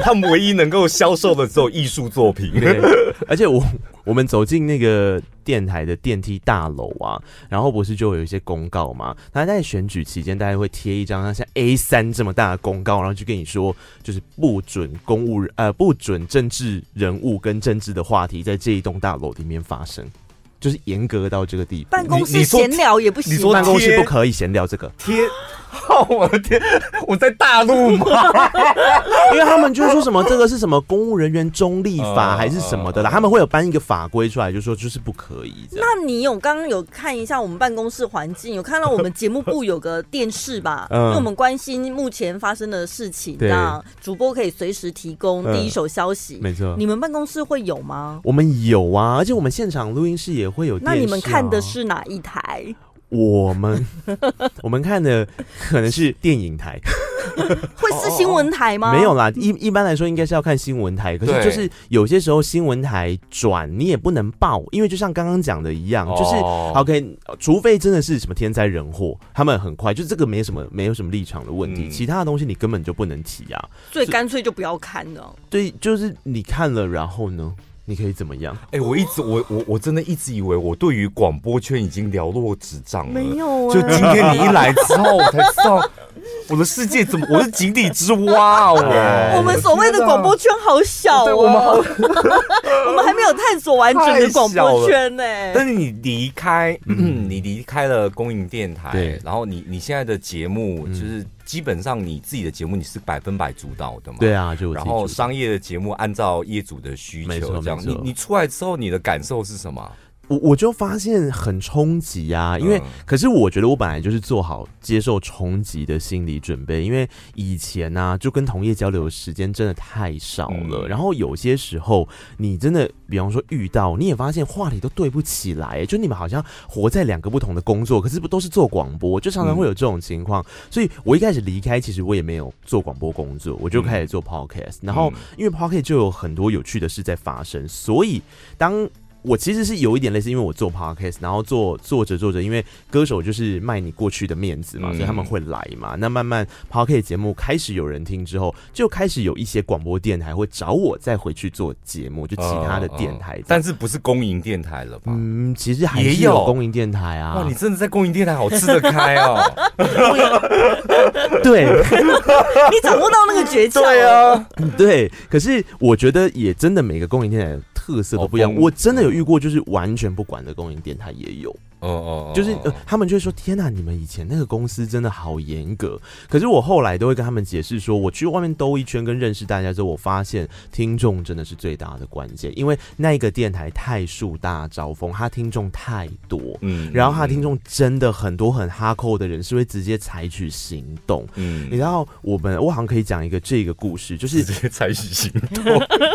Speaker 2: 他们唯一能够销售的只有艺术作品。
Speaker 1: 对， [laughs] 而且我我们走进那个电台的电梯大楼啊，然后不是就有一些公告嘛？他在选举期间，大家会贴一张像 A 三这么大的公告，然后就跟你说，就是不准公务人呃不准政治人物跟政治的话题在这一栋大楼里面发生，就是严格到这个地步。
Speaker 3: 办公
Speaker 2: 你
Speaker 3: 室
Speaker 2: 你说
Speaker 3: 闲聊也不行
Speaker 2: 你
Speaker 3: 吗
Speaker 2: 说
Speaker 1: 办公室
Speaker 2: 贴
Speaker 1: 不可以闲聊这个，
Speaker 2: 贴，我的天，我在大陆吗？
Speaker 1: 因为他们就说什么这个是什么公务人员中立法
Speaker 2: 嗯
Speaker 1: 还是什么的啦，他们会有颁一个法规出来，就说就是不可以这样。
Speaker 3: 那你有刚刚有看一下我们办公室环境，有看到我们节目部有个电视吧？
Speaker 1: [laughs] 嗯
Speaker 3: 因为我们关心目前发生的事情，
Speaker 1: 对
Speaker 3: 这样主播可以随时提供
Speaker 1: 嗯
Speaker 3: 第一手消息。
Speaker 1: 没错，
Speaker 3: 你们办公室会有吗？
Speaker 1: 我们有啊，而且我们现场录音室也会有、电
Speaker 3: 那你们
Speaker 1: 视啊
Speaker 3: 看的是哪一台？
Speaker 1: 我们， [laughs] 我们看的可能是电影台，
Speaker 3: 会是新闻台吗？
Speaker 1: 哦没有啦。一一般来说应该是要看新闻台，可是
Speaker 2: 对
Speaker 1: 就是有些时候新闻台转你也不能报，因为就像刚刚讲的一样， [laughs] 就是。
Speaker 2: 哦
Speaker 1: OK，除非真的是什么天灾人祸，他们很快就这个没什么没有什么立场的问题，
Speaker 2: 嗯
Speaker 1: 其他的东西你根本就不能提啊。
Speaker 3: 所以干脆就不要看了。
Speaker 1: 对，就是你看了，然后呢，你可以怎么样？
Speaker 2: 哎、我一直我我我真的一直以为我对于广播圈已经了若指掌了，
Speaker 3: 有
Speaker 2: 就今天你一来之后，我才知道我的世界怎么，我是井底之蛙哦
Speaker 1: 哎。
Speaker 3: 我们所谓的广播圈好小
Speaker 2: 啊对
Speaker 3: 哦，
Speaker 2: 我们好
Speaker 3: [laughs] 我们还没有探索完整的广播圈呢、
Speaker 2: 但是你离开，嗯你离开了公营电台
Speaker 1: 嗯对，
Speaker 2: 然后你你现在的节目
Speaker 1: 嗯
Speaker 2: 就是基本上你自己的节目你是百分百主导的嘛？
Speaker 1: 对啊，就我自
Speaker 2: 然
Speaker 1: 己
Speaker 2: 后
Speaker 1: 觉得
Speaker 2: 商业的节目按照业主的需
Speaker 1: 没错
Speaker 2: 求这样，
Speaker 1: 没
Speaker 2: 你
Speaker 1: 错
Speaker 2: 你出来之后你的感受是什么？
Speaker 1: 我我就发现很冲击啊，因为、
Speaker 2: 嗯
Speaker 1: 可是我觉得我本来就是做好接受冲击的心理准备，因为以前呢、啊就跟同业交流的时间真的太少了，
Speaker 2: 嗯
Speaker 1: 然后有些时候你真的，比方说遇到，你也发现话题都对不起来，就你们好像活在两个不同的工作，可是不都是做广播，就常常
Speaker 2: 嗯
Speaker 1: 会有这种情况，所以我一开始离开，其实我也没有做广播工作，我就开始做 podcast，、然后
Speaker 2: 嗯
Speaker 1: 因为 Pocket 就有很多有趣的事在发生，所以当我其实是有一点类似，因为我做 podcast，然后做做着做着，因为歌手就是卖你过去的面子嘛，
Speaker 2: 嗯
Speaker 1: 所以他们会来嘛。那慢慢 podcast 节目开始有人听之后，就开始有一些广播电台会找我再回去做节目，就其他的电台
Speaker 2: 嗯
Speaker 1: 这样。
Speaker 2: 但是不是公营电台了吧？
Speaker 1: 嗯，其实还
Speaker 2: 也
Speaker 1: 是
Speaker 2: 有
Speaker 1: 有公营电台啊
Speaker 2: 哇，你，真的在公营电台好吃得开哦！
Speaker 1: [laughs] 对 [laughs]
Speaker 3: 你掌握到那个诀窍，
Speaker 2: 对啊，
Speaker 1: 对。可是我觉得也真的每个公营电台的特色都不一样。
Speaker 2: 哦公
Speaker 1: 我真的有遇过就是完全不管的公营电台也有。
Speaker 2: [laughs] 哦哦
Speaker 1: 就是、呃、他们就会说：“天呐，你们以前那个公司真的好严格。”可是我后来都会跟他们解释说，我去外面兜一圈，跟认识大家之后，我发现听众真的是最大的关键，因为那一个电台太树大招风，他听众太多。
Speaker 2: 嗯
Speaker 1: 然后他听，众真的很多很哈扣的人是会直接采取行动，
Speaker 2: 嗯
Speaker 1: 你知道我们我好像可以讲一个这个故事，就是
Speaker 2: [laughs] 直接采取行动，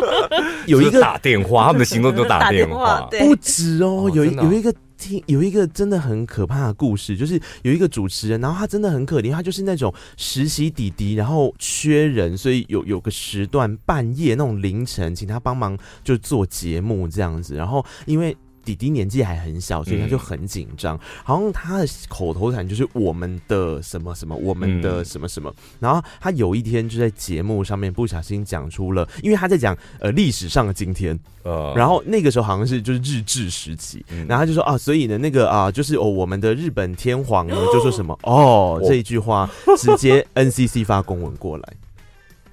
Speaker 1: [laughs] 有一
Speaker 2: 就是
Speaker 1: 个
Speaker 2: 打电话，他们的行动都打电
Speaker 1: [laughs]
Speaker 2: 话，
Speaker 3: 对
Speaker 1: 不止哦
Speaker 2: 哦，
Speaker 1: 有一
Speaker 2: 真的哦
Speaker 1: 有一个听有一个真的很可怕的故事，就是有一个主持人，然后他真的很可怜，他就是那种实习弟弟，然后缺人，所以有有个时段半夜那种凌晨，请他帮忙就做节目这样子，然后因为。弟弟年纪还很小，所以他就很紧张。好像他的口头禅就是“我们的什么什么，我们的
Speaker 2: 嗯
Speaker 1: 什么什么”然后他有一天就在节目上面不小心讲出了，因为他在讲呃历史上的今天，
Speaker 2: 呃
Speaker 1: 然后那个时候好像是就是日治时期，
Speaker 2: 嗯
Speaker 1: 然后他就说啊，所以呢，那个啊，就是哦，我们的日本天皇呢，就说什么
Speaker 2: [laughs]
Speaker 1: 哦，这一句话直接嗯
Speaker 2: 嗯
Speaker 1: NCC 发公文过来。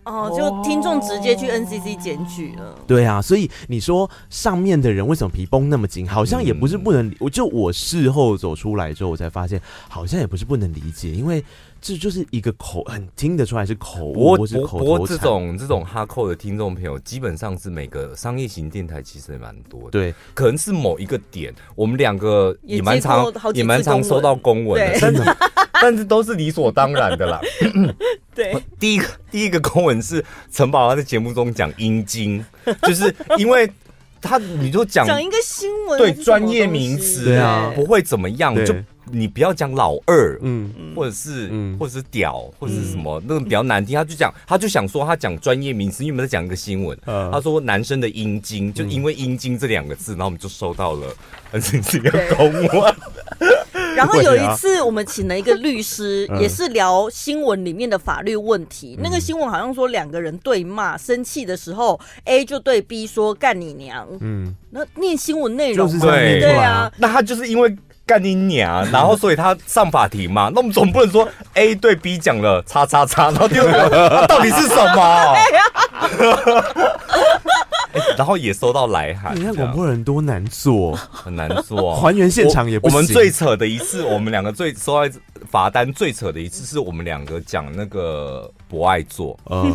Speaker 3: 哦，就听众直接去 NCC 检举了。
Speaker 1: 对啊，所以你说上面的人为什么皮绷那么紧？好像也不是不能理，我就我事后走出来之后，我才发现好像也不是不能理解，因为这就是一个口很听得出来是口
Speaker 2: 不过
Speaker 1: 误或是
Speaker 2: 不
Speaker 1: 口
Speaker 2: 不过
Speaker 1: 头
Speaker 2: 这
Speaker 1: 禅。
Speaker 2: 种这种哈扣的听众朋友，基本上是每个商业型电台其实也蛮多的，
Speaker 1: 对，
Speaker 2: 可能是某一个点，我们两个
Speaker 3: 也
Speaker 2: 也蛮
Speaker 3: 接
Speaker 2: 常
Speaker 3: 过好几次
Speaker 2: 也蛮常收到公文的， [laughs]
Speaker 3: 对
Speaker 2: 但是但是都是理所当然的啦。
Speaker 3: 对，
Speaker 2: 第一个第一个公文是陈宝他在节目中讲阴茎，就是因为他你就讲
Speaker 3: 讲一个新闻
Speaker 2: 对
Speaker 3: 还是什么
Speaker 2: 专业
Speaker 3: 东西
Speaker 2: 名词
Speaker 1: 对啊
Speaker 2: 不会怎么样，
Speaker 1: 对
Speaker 2: 就你不要讲老二，
Speaker 1: 嗯，
Speaker 2: 或者是、
Speaker 1: 嗯
Speaker 2: 或者是屌，或者是什么、那种比较难听，他就讲他就想说他讲专业名词，因为我们在讲一个新闻。
Speaker 1: 呃
Speaker 2: 他说男生的阴茎，
Speaker 1: 嗯
Speaker 2: 就因为阴茎这两个字，然后我们就收到了很生气的公文。
Speaker 3: 然后
Speaker 1: 对
Speaker 3: 有
Speaker 1: 啊
Speaker 3: 一次我们请了一个律师，
Speaker 2: 啊
Speaker 1: 嗯
Speaker 3: 也是聊新闻里面的法律问题。
Speaker 2: 嗯
Speaker 3: 那个新闻好像说两个人对骂，生气的时候，A 就对 B 说“干你娘
Speaker 1: 嗯，”，
Speaker 3: 那念新闻内
Speaker 1: 就
Speaker 3: 容
Speaker 1: 是
Speaker 3: 嘛
Speaker 1: 这样念出
Speaker 3: 对
Speaker 1: 来
Speaker 3: 啊。，
Speaker 2: 那他就是因为干你娘，然后所以他上法庭嘛。那我们总不能说 A 对 B 讲了叉叉叉，然后第二个他到底是什么？欸 [laughs] 然后也收到来函，
Speaker 1: 嗯你看
Speaker 2: 啊这样
Speaker 1: 广播人多难做，
Speaker 2: 很难做、啊，
Speaker 1: [laughs] 还原现场也不
Speaker 2: 我
Speaker 1: 行
Speaker 2: 我们最扯的一次，我们两个最收到一次罚单最扯的一次，是我们两个讲那个不爱做。
Speaker 1: 嗯，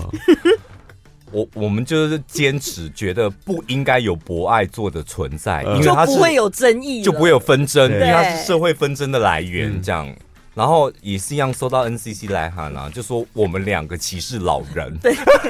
Speaker 2: 我我们就是坚持觉得不应该有博爱做的存在，
Speaker 1: 嗯
Speaker 2: 啊因为
Speaker 3: 就
Speaker 2: 它是
Speaker 3: 不会有争议了，
Speaker 2: 就不会有纷争，因
Speaker 1: 对
Speaker 2: 为它是社会纷争的来源
Speaker 1: 嗯
Speaker 2: 这样。然后也是一样收到 NCC 来函啊，就说我们两个歧视老人，
Speaker 1: [laughs]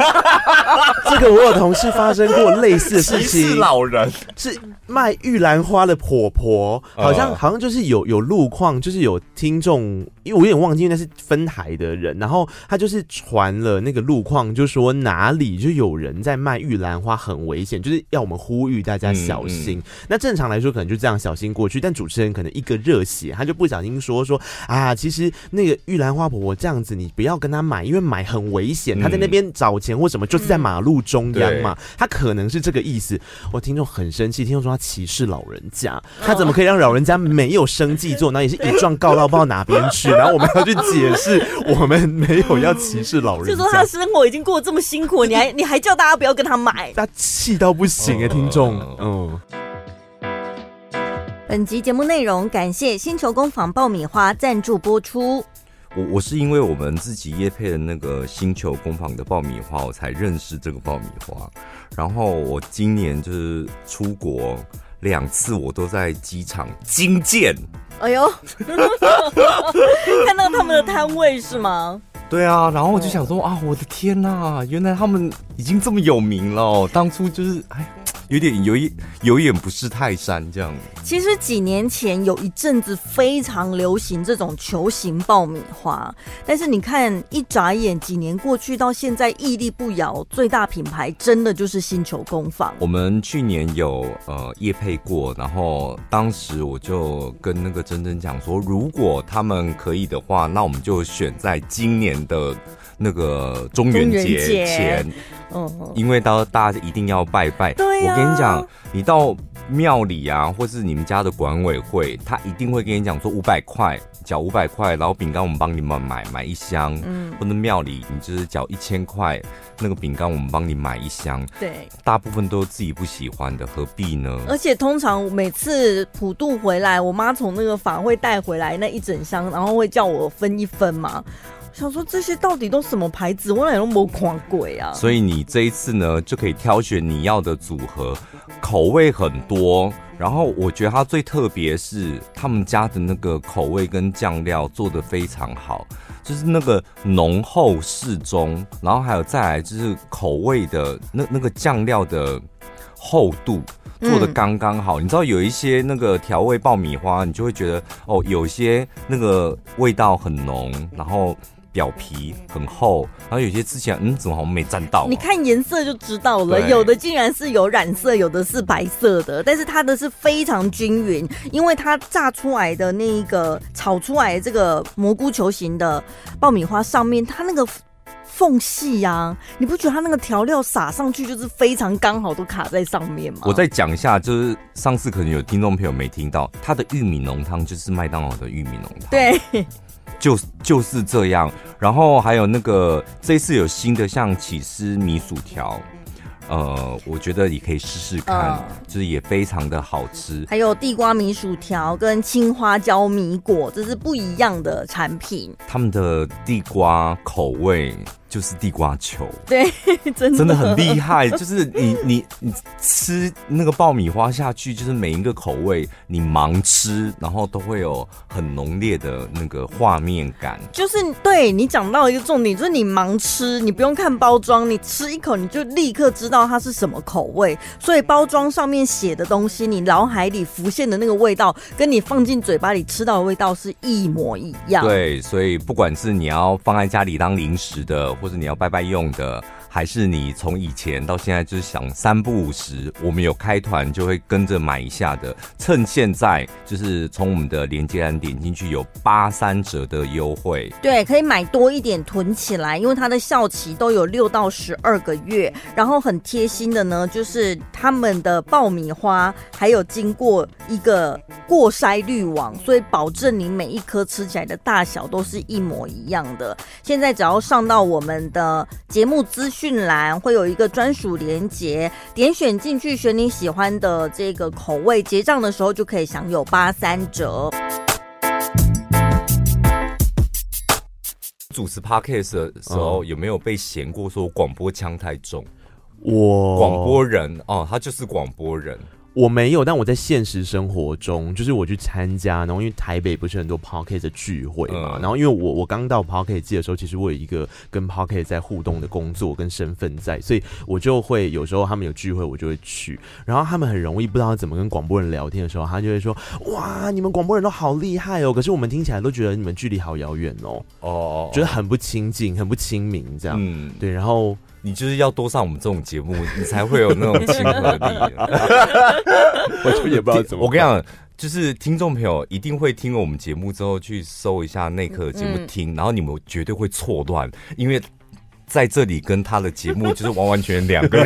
Speaker 1: 这个我有同事发生过类似的
Speaker 2: [laughs] 歧
Speaker 1: 事
Speaker 2: 视
Speaker 1: 情，
Speaker 2: 老人，
Speaker 1: 是卖玉兰花的婆婆，
Speaker 2: 哦
Speaker 1: 好像好像就是有有路况，就是有听众，因为我有点忘记那是分台的人，然后他就是传了那个路况，就说哪里就有人在卖玉兰花，很危险，就是要我们呼吁大家小心。那正常来说可能就这样小心过去，但主持人可能一个热血，他就不小心说说啊，其实那个玉兰花婆婆这样子，你不要跟她买，因为买很危险，她在那边找钱或什么，就是在马路中央嘛，她可能是这个意思。我听众很生气，听众说他歧视老人
Speaker 3: 哦
Speaker 1: 家，他怎么可以让老人家没有生计做？然后也是一状告到不知道哪边去，然后我们要去解释，我们没有要歧视老
Speaker 3: [laughs] 就
Speaker 1: 人
Speaker 3: 说他
Speaker 1: 家
Speaker 3: 的，生活已经过得这么辛苦，
Speaker 2: [laughs]
Speaker 3: 你还你还叫大家不要跟他买。
Speaker 1: 他气到不行啊！听众，
Speaker 3: 哦
Speaker 1: 嗯，
Speaker 3: 本集节目内容感谢新球工坊爆米花赞助播出。
Speaker 2: 我我是因为我们自己业配的那个星球工坊的爆米花，我才认识这个爆米花。然后我今年就是出国两次，我都在机场惊见。
Speaker 3: 哎呦， [laughs] 看到他们的摊位是吗？
Speaker 2: 对啊，然后我就想说啊，我的天呐、原来他们已经这么有名了哦。当初就是哎，有点有一有一点不识泰山这样。
Speaker 3: 其实几年前有一阵子非常流行这种球形爆米花，但是你看一眨眼几年过去，到现在屹立不摇，最大品牌真的就是星球工坊。
Speaker 2: 我们去年有呃夜配过，然后当时我就跟那个珍珍讲说，如果他们可以的话，那我们就选在今年的那个中元
Speaker 3: 中元节
Speaker 2: 节前，
Speaker 3: 嗯，
Speaker 2: 因为到大家一定要拜拜。
Speaker 3: 对啊呀
Speaker 2: 我跟你讲，你到庙里啊，或是你们家的管委会，他一定会跟你讲说五百块，缴五百块，然后饼干我们帮你们买买一箱，
Speaker 3: 嗯
Speaker 2: 或者庙里你就是缴一千块，那个饼干我们帮你买一箱。
Speaker 3: 对。
Speaker 2: 大部分都是自己不喜欢的，何必呢？嗯
Speaker 3: 而且通常每次普渡回来，我妈从那个法会带回来那一整箱，然后会叫我分一分嘛。我想说这些到底都什么牌子，我哪有没看鬼啊？
Speaker 2: 所以你这一次呢，就可以挑选你要的组合，口味很多。然后我觉得它最特别是他们家的那个口味跟酱料做的非常好，就是那个浓厚适中，然后还有再来就是口味的那那个酱料的厚度。做的刚刚好，你知道有一些那个调味爆米花，你就会觉得哦，有些那个味道很浓，然后表皮很厚，然后有些之前嗯怎么好像没沾到啊、
Speaker 3: 你看颜色就知道了，
Speaker 2: 对
Speaker 3: 有的竟然是有染色，有的是白色的，但是它的是非常均匀，因为它炸出来的那一个炒出来的这个蘑菇球形的爆米花上面，它那个缝隙呀、你不觉得它那个调料撒上去就是非常刚好都卡在上面吗？
Speaker 2: 我再讲一下，就是上次可能有听众朋友没听到，它的玉米浓汤就是麦当劳的玉米浓汤，，
Speaker 3: 对， [laughs]
Speaker 2: 就就是这样。然后还有那个这一次有新的像起司米薯条，呃，我觉得也可以试试看，
Speaker 3: 嗯
Speaker 2: 就是也非常的好吃。
Speaker 3: 还有地瓜米薯条跟青花椒米果，这是不一样的产
Speaker 2: [laughs]
Speaker 3: 品，
Speaker 2: 他们的地瓜口味就是地瓜球，
Speaker 3: 真的
Speaker 2: 真的很厉害。 [laughs] 就是你你你吃那个爆米花下去，就是每一个口味你盲吃，然后都会有很浓烈的那个画面感。
Speaker 3: 就是对你讲到一个重点，就是你盲吃，你不用看包装，你吃一口你就立刻知道它是什么口味。所以包装上面写的东西，你脑海里浮现的那个味道，跟你放进嘴巴里吃到的味道是一模一样。，
Speaker 2: 对，所以不管是你要放在家里当零食的，或者你要拜拜用的，还是你从以前到现在就是想三不五十，我们有开团就会跟着买一下的，趁现在就是从我们的连接栏点进去有八三折的优惠，
Speaker 3: 对，可以买多一点囤起来，因为它的效期都有六到十二个月。然后很贴心的呢，就是他们的爆米花还有经过一个过筛滤网，所以保证你每一颗吃起来的大小都是一模一样的。现在只要上到我们的节目资讯栏，会有一个专属连接，点选进去选你喜欢的这个口味，结账的时候就可以享有八三折。
Speaker 2: 主持 podcast 的时
Speaker 1: 嗯
Speaker 2: 候、有没有被嫌过说广播腔太重？
Speaker 1: 我
Speaker 2: 广播人哦，他就是广播人，
Speaker 1: 我没有，但我在现实生活中，就是我去参加，然后因为台北不是很多 p o c k e t 的聚会嘛，
Speaker 2: 嗯
Speaker 1: 然后因为我我刚到 p o c k e t 界的时候，其实我有一个跟 p o c k e t 在互动的工作跟身份在，所以我就会有时候他们有聚会，我就会去，然后他们很容易不知道怎么跟广播人聊天的时候，他就会说：“哇，你们广播人都好厉害哦！”可是我们听起来都觉得你们距离好遥远哦，
Speaker 2: 哦，
Speaker 1: 觉得很不亲近，很不亲民这样。
Speaker 2: 嗯，
Speaker 1: 对，然后
Speaker 2: 你就是要多上我们这种节目，你才会有那种亲和力。
Speaker 1: 我就 [laughs] 也不知 [laughs] 道怎么，
Speaker 2: 我跟你讲，就是听众朋友一定会听了我们节目之后去搜一下那刻节目
Speaker 3: 嗯
Speaker 2: 听，然后你们绝对会错乱，因为。在这里跟他的节目就是完完全全
Speaker 1: [laughs]
Speaker 2: 两个人，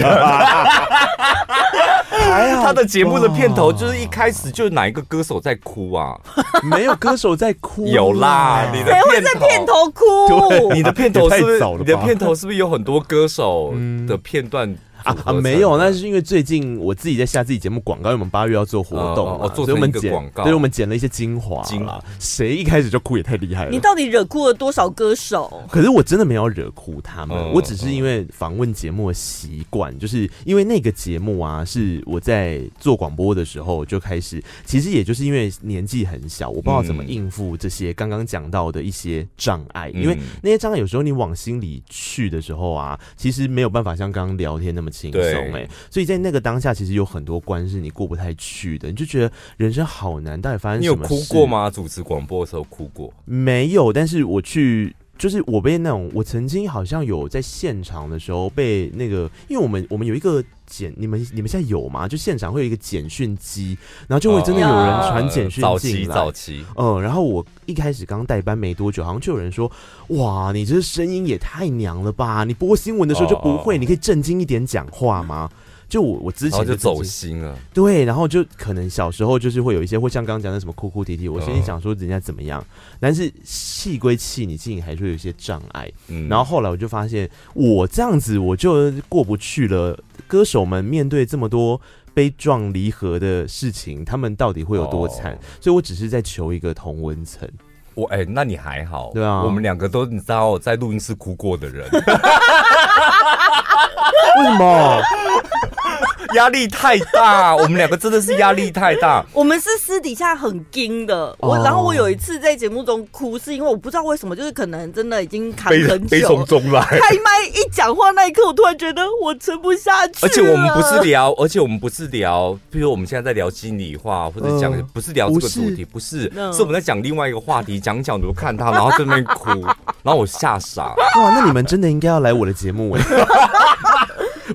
Speaker 2: [laughs] 他的节目的片头就是一开始就是哪一个歌手在哭啊？
Speaker 1: 没有歌手在哭，啊
Speaker 2: 有啦，你的
Speaker 3: 啊谁会在 [laughs] 片头哭？
Speaker 2: 你的片头是不
Speaker 1: 也太
Speaker 2: 是
Speaker 1: 早了吧
Speaker 2: 你的片头是不是有很多歌手的片段
Speaker 1: 啊
Speaker 2: 组合
Speaker 1: 啊，
Speaker 2: 成
Speaker 1: 没有，
Speaker 2: 的
Speaker 1: 那是因为最近我自己在下自己节目广告，因为我们八月要做活动
Speaker 2: 哦
Speaker 1: 嘛
Speaker 2: 哦哦做
Speaker 1: 所以我
Speaker 2: 成
Speaker 1: 们
Speaker 2: 一个
Speaker 1: 剪
Speaker 2: 广告
Speaker 1: 所以我们剪了一些精华
Speaker 2: 精
Speaker 1: 啦。谁一开始就哭也太厉害
Speaker 3: 你
Speaker 1: 了。
Speaker 3: 到底惹哭了多少歌手？
Speaker 1: 可是我真的没有惹哭他们，
Speaker 2: 嗯
Speaker 1: 我只是因为访问节目的习
Speaker 2: 哦
Speaker 1: 惯，就是因为那个节目啊，是我在做广播的时候就开始，其实也就是因为年纪很小，我不知道怎么
Speaker 2: 嗯
Speaker 1: 应付这些刚刚讲到的一些障碍，
Speaker 2: 嗯
Speaker 1: 因为那些障碍有时候你往心里去的时候啊，其实没有办法像刚刚聊天那么轻松
Speaker 2: 对
Speaker 1: 哎，所以在那个当下，其实有很多关是你过不太去的，你就觉得人生好难，到底发生
Speaker 2: 你
Speaker 1: 什
Speaker 2: 有
Speaker 1: 么
Speaker 2: 哭
Speaker 1: 事
Speaker 2: 过？吗？主持广播的时候哭过？
Speaker 1: 没有，但是我去。就是我被那种，我曾经好像有在现场的时候被那个，因为我们我们有一个简，你们你们现在有吗？就现场会有一个简讯机，然后就会真的有人传简讯
Speaker 2: 哦早期
Speaker 1: 进来，
Speaker 2: 早期，
Speaker 1: 嗯，然后我一开始刚带班没多久，好像就有人说：“哇，你这声音也太娘了吧！你播新闻的时候就不会，
Speaker 2: 哦哦嗯
Speaker 1: 你可以正经一点讲话吗？”就我我之
Speaker 2: 然后
Speaker 1: 前
Speaker 2: 就
Speaker 1: 曾
Speaker 2: 走
Speaker 1: 经
Speaker 2: 心了。
Speaker 1: 对，然后就可能小时候就是会有一些，会像刚刚讲的什么哭哭啼啼，我心里
Speaker 2: 嗯
Speaker 1: 想说人家怎么样，但是气归气，你心里还是会有一些障碍。
Speaker 2: 嗯
Speaker 1: 然后后来我就发现，我这样子我就过不去了。歌手们面对这么多悲壮离合的事情，他们到底会有多惨？
Speaker 2: 哦
Speaker 1: 所以我只是在求一个同温层。
Speaker 2: 我哎、那你还好，
Speaker 1: 对啊
Speaker 2: 我们两个都你知道在录音室哭过的人， [laughs]
Speaker 1: 为什么？
Speaker 2: 压力太大，我们两个真的是压力太
Speaker 3: [laughs]
Speaker 2: 大。
Speaker 3: 我们是私底下很惊的，我、
Speaker 1: 哦
Speaker 3: 然后我有一次在节目中哭，是因为我不知道为什么，就是可能真的已经扛很久了。
Speaker 2: 中来，
Speaker 3: 开麦一讲话那一刻，我突然觉得我撑不下去了。
Speaker 2: 而且我们不
Speaker 1: 啊
Speaker 2: 是聊，而且我们不是聊，比如我们现在在聊心里话，或者讲、
Speaker 1: 嗯
Speaker 2: 不是聊这
Speaker 1: 不
Speaker 2: 个
Speaker 1: 是
Speaker 2: 主题，不是，
Speaker 3: 嗯
Speaker 2: 是我们在讲另外一个话题，讲一讲我就看他，然后在那边哭，然后我吓傻。
Speaker 1: 哇，那你们真的应该要来我的节目哎、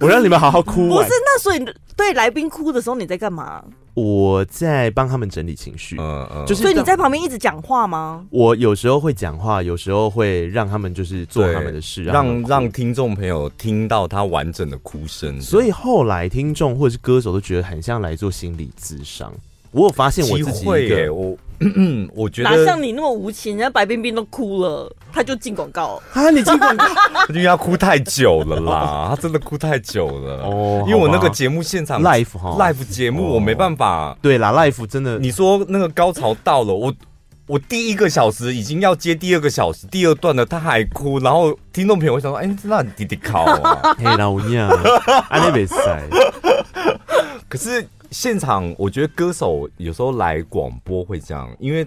Speaker 1: 我让你们好好哭
Speaker 3: 不
Speaker 1: 完
Speaker 3: 是。那所以对来宾哭的时候你在干嘛？
Speaker 1: 我在帮他们整理情绪，
Speaker 2: 嗯嗯，
Speaker 1: 就是
Speaker 3: 所以你
Speaker 1: 让
Speaker 3: 在旁边一直讲话吗？
Speaker 1: 我有时候会讲话，有时候会让他们就是做
Speaker 2: 对
Speaker 1: 他们的事，让他
Speaker 2: 让
Speaker 1: 们哭
Speaker 2: 让听众朋友听到他完整的哭声，
Speaker 1: 所以后来听众或者是歌手都觉得很像来做心理咨商。我有发现我
Speaker 2: 机
Speaker 1: 自己
Speaker 2: 会
Speaker 1: 一
Speaker 2: 耶，
Speaker 1: 个
Speaker 2: 我 [clears throat] 我觉
Speaker 3: 哪
Speaker 2: 得
Speaker 3: 像你那么无情，人家白冰冰都哭了，他就进广告。
Speaker 1: 啊，你进广告
Speaker 2: 因为他哭太久了啦，他真的哭太久了。
Speaker 1: 哦
Speaker 2: 因为我那个
Speaker 1: 好吧
Speaker 2: 节目现场
Speaker 1: life 哈
Speaker 2: live 节目，
Speaker 1: 哦
Speaker 2: 我没办法。
Speaker 1: 对啦，life 真的
Speaker 2: 你说那个高潮到了，我我第一个小时已经要接第二个小时第二段了，他还哭，然后听众朋友会想说：“哎，那你弟弟考、
Speaker 1: [laughs]
Speaker 2: 啊。
Speaker 1: 嘿老
Speaker 2: [laughs]
Speaker 1: 娘，啊安内比赛”
Speaker 2: 可是现场，我觉得歌手有时候来广播会这样，因为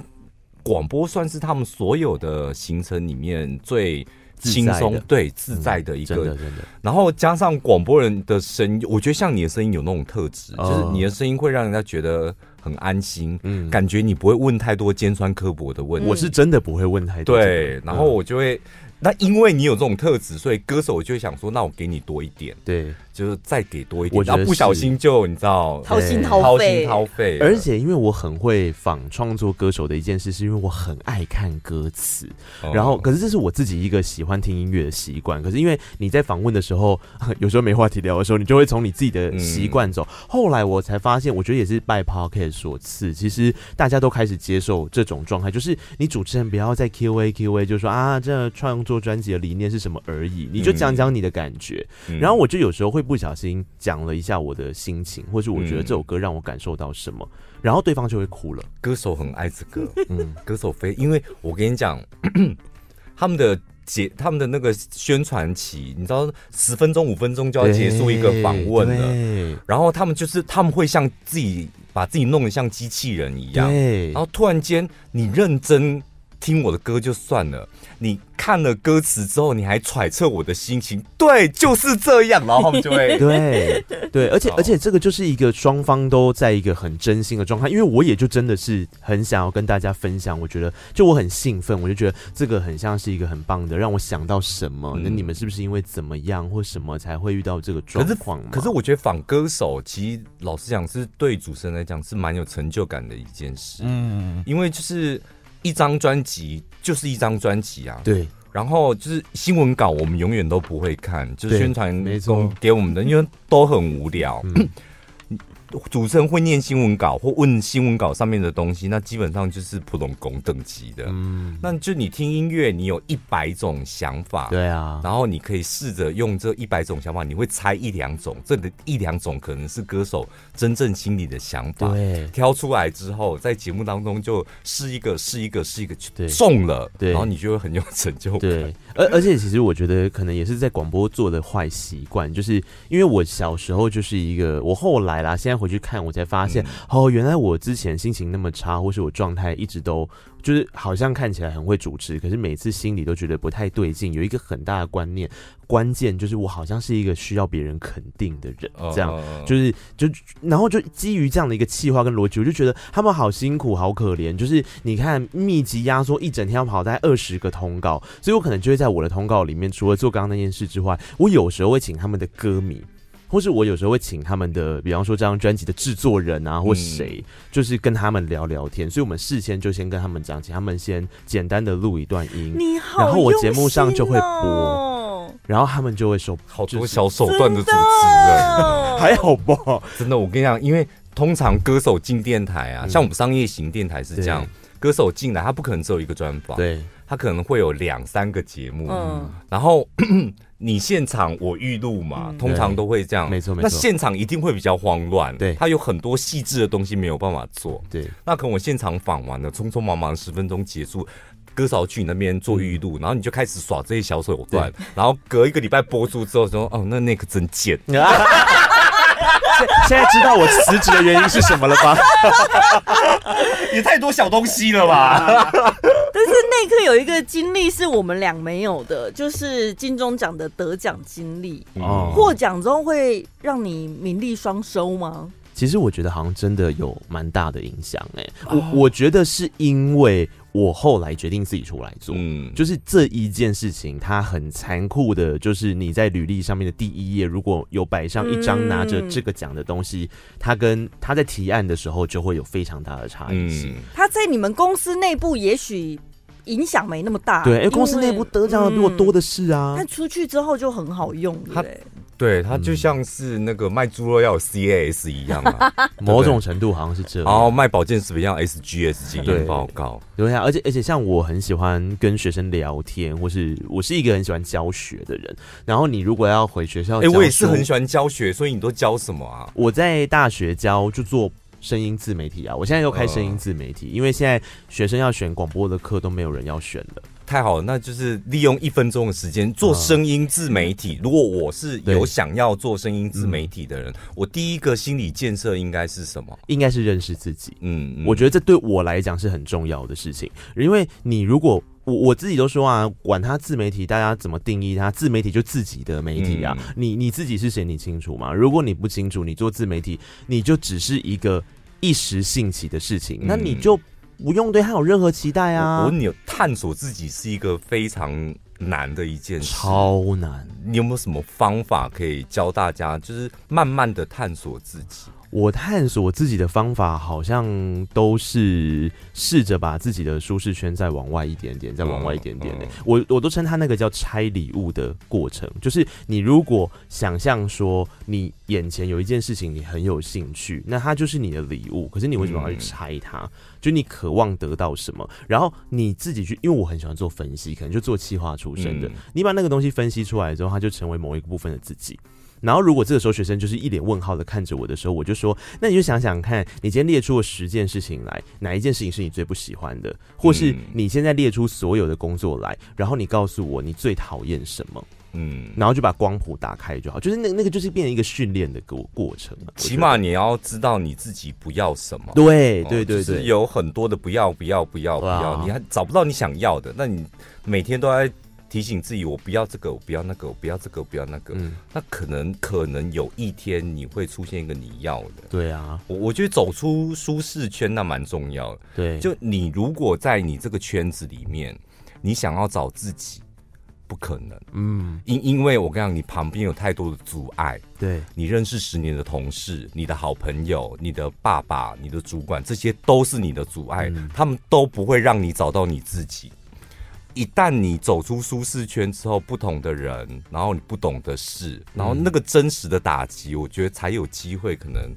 Speaker 2: 广播算是他们所有的行程里面最
Speaker 1: 自在
Speaker 2: 轻
Speaker 1: 的嗯
Speaker 2: 松、对自在的一
Speaker 1: 真
Speaker 2: 个嗯
Speaker 1: 的真的
Speaker 2: 然后加上广播人的声音，我觉得像你的声音有那种特质，
Speaker 1: 哦
Speaker 2: 就是你的声音会让人家觉得很安心，
Speaker 1: 嗯
Speaker 2: 感觉你不会问太多尖酸刻薄的问题。
Speaker 1: 我是真的不会问太多这个。
Speaker 2: 对，然后我就会那因为你有这种特质，所以歌手就会想说，那我给你多一点，
Speaker 1: 对，
Speaker 2: 就是再给多一点，
Speaker 1: 我觉
Speaker 2: 然
Speaker 1: 得
Speaker 2: 后不小心就你知道
Speaker 3: 掏心
Speaker 1: 对
Speaker 3: 掏
Speaker 2: 心
Speaker 3: 肺，
Speaker 2: 掏肺了，
Speaker 1: 而且因为我很会仿创作歌手的一件事，是因为我很爱看歌词，
Speaker 2: 嗯
Speaker 1: 然后，可是这是我自己一个喜欢听音乐的习惯。可是因为你在访问的时候， [laughs] 有时候没话题聊的时候，你就会从你自己
Speaker 2: 嗯
Speaker 1: 的习惯走。后来我才发现，我觉得也是拜 Pocket 所赐，其实大家都开始接受这种状态，就是你主持人不要再 Q A Q A，就说啊，这创作专辑的理念是什么而已，你就讲讲你的感觉。
Speaker 2: 嗯
Speaker 1: 然后我就有时候会不小心讲了一下我的心情，或是我觉得
Speaker 2: 嗯
Speaker 1: 这首歌让我感受到什么，然后对方就会哭了。
Speaker 2: 歌手很爱这个，
Speaker 1: 嗯，
Speaker 2: [laughs] 歌手非，因为我跟你讲，他们的节他们的那个宣传期，你知道十分钟五分钟就要结束一个访问了，
Speaker 1: 对，
Speaker 2: 然后他们就是他们会像自己把自己弄得像机器人一样，
Speaker 1: 对
Speaker 2: 然，后突然间你认真。听我的歌就算了，你看了歌词之后，你还揣测我的心情，对，就是这样，然后他们
Speaker 1: [laughs]
Speaker 2: 就 [laughs] 会
Speaker 1: 对对，而且
Speaker 2: 好
Speaker 1: 而且这个就是一个双方都在一个很真心的状态，因为我也就真的是很想要跟大家分享，我觉得就我很兴奋，我就觉得这个很像是一个很棒的，让我想到什么，那、
Speaker 2: 嗯
Speaker 1: 你们是不是因为怎么样或什么才会遇到这个状
Speaker 2: 可是
Speaker 1: 况嘛
Speaker 2: 可是我觉得仿歌手，其实老实讲，是对主持人来讲是蛮有成就感的一件事，
Speaker 4: 嗯，
Speaker 2: 因为就是一张专辑就是一张专辑啊。
Speaker 1: 对
Speaker 2: 然后就是新闻稿，我们永远都不会看，就是
Speaker 1: 对
Speaker 2: 宣传
Speaker 1: 没错
Speaker 2: 给我们的，因为都很无聊。主持人会念新闻稿或问新闻稿上面的东西，那基本上就是普通工等级的。
Speaker 1: 嗯，
Speaker 2: 那就你听音乐，你有一百种想法，
Speaker 1: 对啊，
Speaker 2: 然后你可以试着用这一百种想法，你会猜一两种，这里的一两种可能是歌手真正心里的想法。
Speaker 1: 对
Speaker 2: 挑出来之后，在节目当中就是一个是一个是一个
Speaker 1: 对
Speaker 2: 中了，
Speaker 1: 对
Speaker 2: 然后你就会很有成就感。
Speaker 1: 对，而而且其实我觉得可能也是在广播做的坏习惯，就是因为我小时候就是一个，我后来啦，现在回去看我才发现，哦，原来我之前心情那么差，或是我状态一直都就是好像看起来很会主持，可是每次心里都觉得不太对劲，有一个很大的观念，关键就是我好像是一个需要别人肯定的人，
Speaker 2: 嗯，
Speaker 1: 这样。
Speaker 2: 嗯
Speaker 1: 就是就然后就基于这样的一个气划跟逻辑，我就觉得他们好辛苦，好可怜。就是你看密集压缩一整天要跑大概二十个通告，所以我可能就会在我的通告里面，除了做刚刚那件事之外，我有时候会请他们的歌迷。或是我有时候会请他们的，比方说这张专辑的制作人啊，
Speaker 2: 嗯
Speaker 1: 或谁，就是跟他们聊聊天。所以我们事先就先跟他们讲，请他们先简单的录一段音，
Speaker 3: 你好、
Speaker 1: 然后我节目上就会
Speaker 3: 播，
Speaker 1: 然后他们就会说
Speaker 2: 好
Speaker 1: 就
Speaker 2: 多
Speaker 1: 是
Speaker 2: 小手
Speaker 3: 真
Speaker 2: 段的主持人， [laughs]
Speaker 3: 的
Speaker 1: 还好吧？
Speaker 2: 真的，我跟你讲，因为通常歌手进电台啊，
Speaker 1: 嗯
Speaker 2: 像我们商业型电台是这样
Speaker 1: 对，
Speaker 2: 歌手进来他不可能只有一个专访，
Speaker 1: 对，
Speaker 2: 他可能会有两三个节目，
Speaker 3: 嗯
Speaker 2: 然后 [clears throat] 你现场我预录嘛，
Speaker 3: 嗯
Speaker 2: 通常都会这样，
Speaker 1: 对没错没
Speaker 2: 那
Speaker 1: 错
Speaker 2: 现场一定会比较慌乱，
Speaker 1: 对
Speaker 2: 他有很多细致的东西没有办法做。
Speaker 1: 对，
Speaker 2: 那可能我现场访完了，匆匆忙忙十分钟结束。歌手去你那边做预录，然后你就开始耍这些小手段，然后隔一个礼拜播出之后说，哦，那那个真贱，
Speaker 1: 现 [laughs] 现在知道我辞职的原因是什么了
Speaker 2: [laughs]
Speaker 1: 吧？
Speaker 2: 也太多小东西了吧？ [laughs]
Speaker 3: 但是那一刻有一个经历是我们俩没有的，就是金钟奖的得奖经历。
Speaker 1: 哦
Speaker 3: 获奖之后会让你名利双收吗？
Speaker 1: 其实我觉得好像真的有蛮大的影响哎、我我觉得是因为我后来决定自己出来做。
Speaker 2: 嗯，
Speaker 1: 就是这一件事情，它很残酷的，就是你在履历上面的第一页，如果有摆上一张拿着这个奖的东西，它跟它在提案的时候就会有非常大的差异性。
Speaker 2: 嗯，
Speaker 3: 他在你们公司内部也许影响没那么大，
Speaker 1: 对，
Speaker 3: 因嗯
Speaker 1: 哎，公司内部得奖的比我多的是啊。
Speaker 3: 但出去之后就很好用，对不
Speaker 2: 他
Speaker 3: 对？
Speaker 2: 对，它就像是那个卖猪肉要有 CAS 一样 [laughs] 啊，
Speaker 1: 某种程度好像是这样。
Speaker 2: 然后卖保健食品要 SGS 经
Speaker 1: 对
Speaker 2: 验报告。
Speaker 1: 对啊，而且而且像我很喜欢跟学生聊天，或是我是一个很喜欢教学的人。然后你如果要回学校，
Speaker 2: 哎、我也是很喜。欢教学，所以你都教什么啊？
Speaker 1: 我在大学教就做声音自媒体啊，我现在又开
Speaker 2: 嗯
Speaker 1: 声音自媒体，因为现在学生要选广播的课都没有人要选了。
Speaker 2: 太好了，那就是利用一分钟的时间做声音自媒体。
Speaker 1: 嗯
Speaker 2: 如果我是有
Speaker 1: 对
Speaker 2: 想要做声音自媒体的人，我第一个心理建设应该是什么？
Speaker 1: 应该是认识自己。
Speaker 2: 嗯，嗯
Speaker 1: 我觉得这对我来讲是很重要的事情，因为你如果我我自己都说啊，管他自媒体，大家怎么定义它？自媒体就自己的媒体啊，
Speaker 2: 嗯
Speaker 1: 你你自己是谁，你清楚吗？如果你不清楚，你做自媒体，你就只是一个一时兴起的事情，那你就。不用对他有任何期待
Speaker 2: 嗯我
Speaker 1: 啊
Speaker 2: 我，你有探索自己是一个非常难的一件事，
Speaker 1: 超难。
Speaker 2: 你有没有什么方法可以教大家，就是慢慢的探索自己？
Speaker 1: 我探索自己的方法好像都是试着把自己的舒适圈再往外一点点，再往外一点点、欸
Speaker 2: 嗯嗯
Speaker 1: 我我都称它那个叫拆礼物的过程，就是你如果想象说你眼前有一件事情你很有兴趣，那它就是你的礼物，可是你为什么要去
Speaker 2: 嗯
Speaker 1: 拆它？就你渴望得到什么，然后你自己去，因为我很喜欢做分析，可能就做企划出身的，
Speaker 2: 嗯
Speaker 1: 你把那个东西分析出来之后，它就成为某一个部分的自己。然后，如果这个时候学生就是一脸问号的看着我的时候，我就说：那你就想想看，你今天列出了十件事情来，哪一件事情是你最不喜欢的，或是
Speaker 2: 嗯
Speaker 1: 你现在列出所有的工作来，然后你告诉我你最讨厌什么，
Speaker 2: 嗯，
Speaker 1: 然后就把光谱打开就好。就是那那个就是变成一个训练的过过程啊、
Speaker 2: 起码你要知道你自己不要什么。
Speaker 1: 我觉得对
Speaker 2: 哦
Speaker 1: 对对
Speaker 2: 就是
Speaker 1: 对，
Speaker 2: 有很多的不要不要不要不
Speaker 1: 哇哦
Speaker 2: 要，你还找不到你想要的，那你每天都在提醒自己，我不要这个，我不要那个，我不要这个，我不要那个，
Speaker 1: 嗯，
Speaker 2: 那可能可能有一天你会出现一个你要的。
Speaker 1: 对啊，
Speaker 2: 我我觉得走出舒适圈那蛮重要的，
Speaker 1: 对，
Speaker 2: 就你如果在你这个圈子里面，你想要找自己，不可能，
Speaker 1: 嗯，
Speaker 2: 因因为我跟你讲，你旁边有太多的阻碍，
Speaker 1: 对，
Speaker 2: 你认识十年的同事、你的好朋友、你的爸爸、你的主管，这些都是你的阻碍，
Speaker 1: 嗯
Speaker 2: 他们都不会让你找到你自己。一旦你走出舒适圈之后，不同的人，然后你不懂的事，然
Speaker 1: 嗯
Speaker 2: 后那个真实的打击，我觉得才有机会可能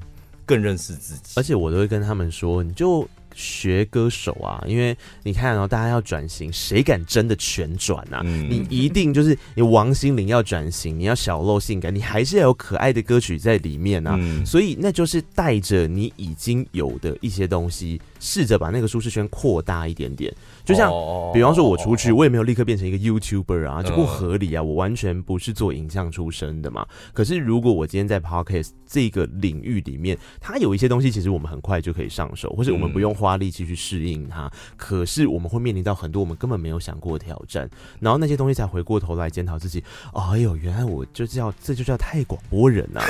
Speaker 2: 更认识自己。
Speaker 1: 而且我都会跟他们说，你就学歌手啊，因为你看哦，大家要转型，谁敢真的全转啊？
Speaker 2: 嗯
Speaker 1: 你一定就是你王心凌要转型，你要小露性感，你还是要有可爱的歌曲在里面啊。
Speaker 2: 嗯
Speaker 1: 所以那就是带着你已经有的一些东西，试着把那个舒适圈扩大一点点。就像
Speaker 2: 哦
Speaker 1: 比方说，我出去，我也没有立刻变成一个 YouTuber 啊，
Speaker 2: 嗯
Speaker 1: 这不合理啊！我完全不是做影像出身的嘛。可是如果我今天在 Podcast 这个领域里面，它有一些东西，其实我们很快就可以上手，或者我们
Speaker 2: 嗯
Speaker 1: 不用花力气去适应它。可是我们会面临到很多我们根本没有想过的挑战，然后那些东西才回过头来检讨自己。哎呦，原来我就叫这就叫太广播人
Speaker 2: [laughs]
Speaker 1: 啊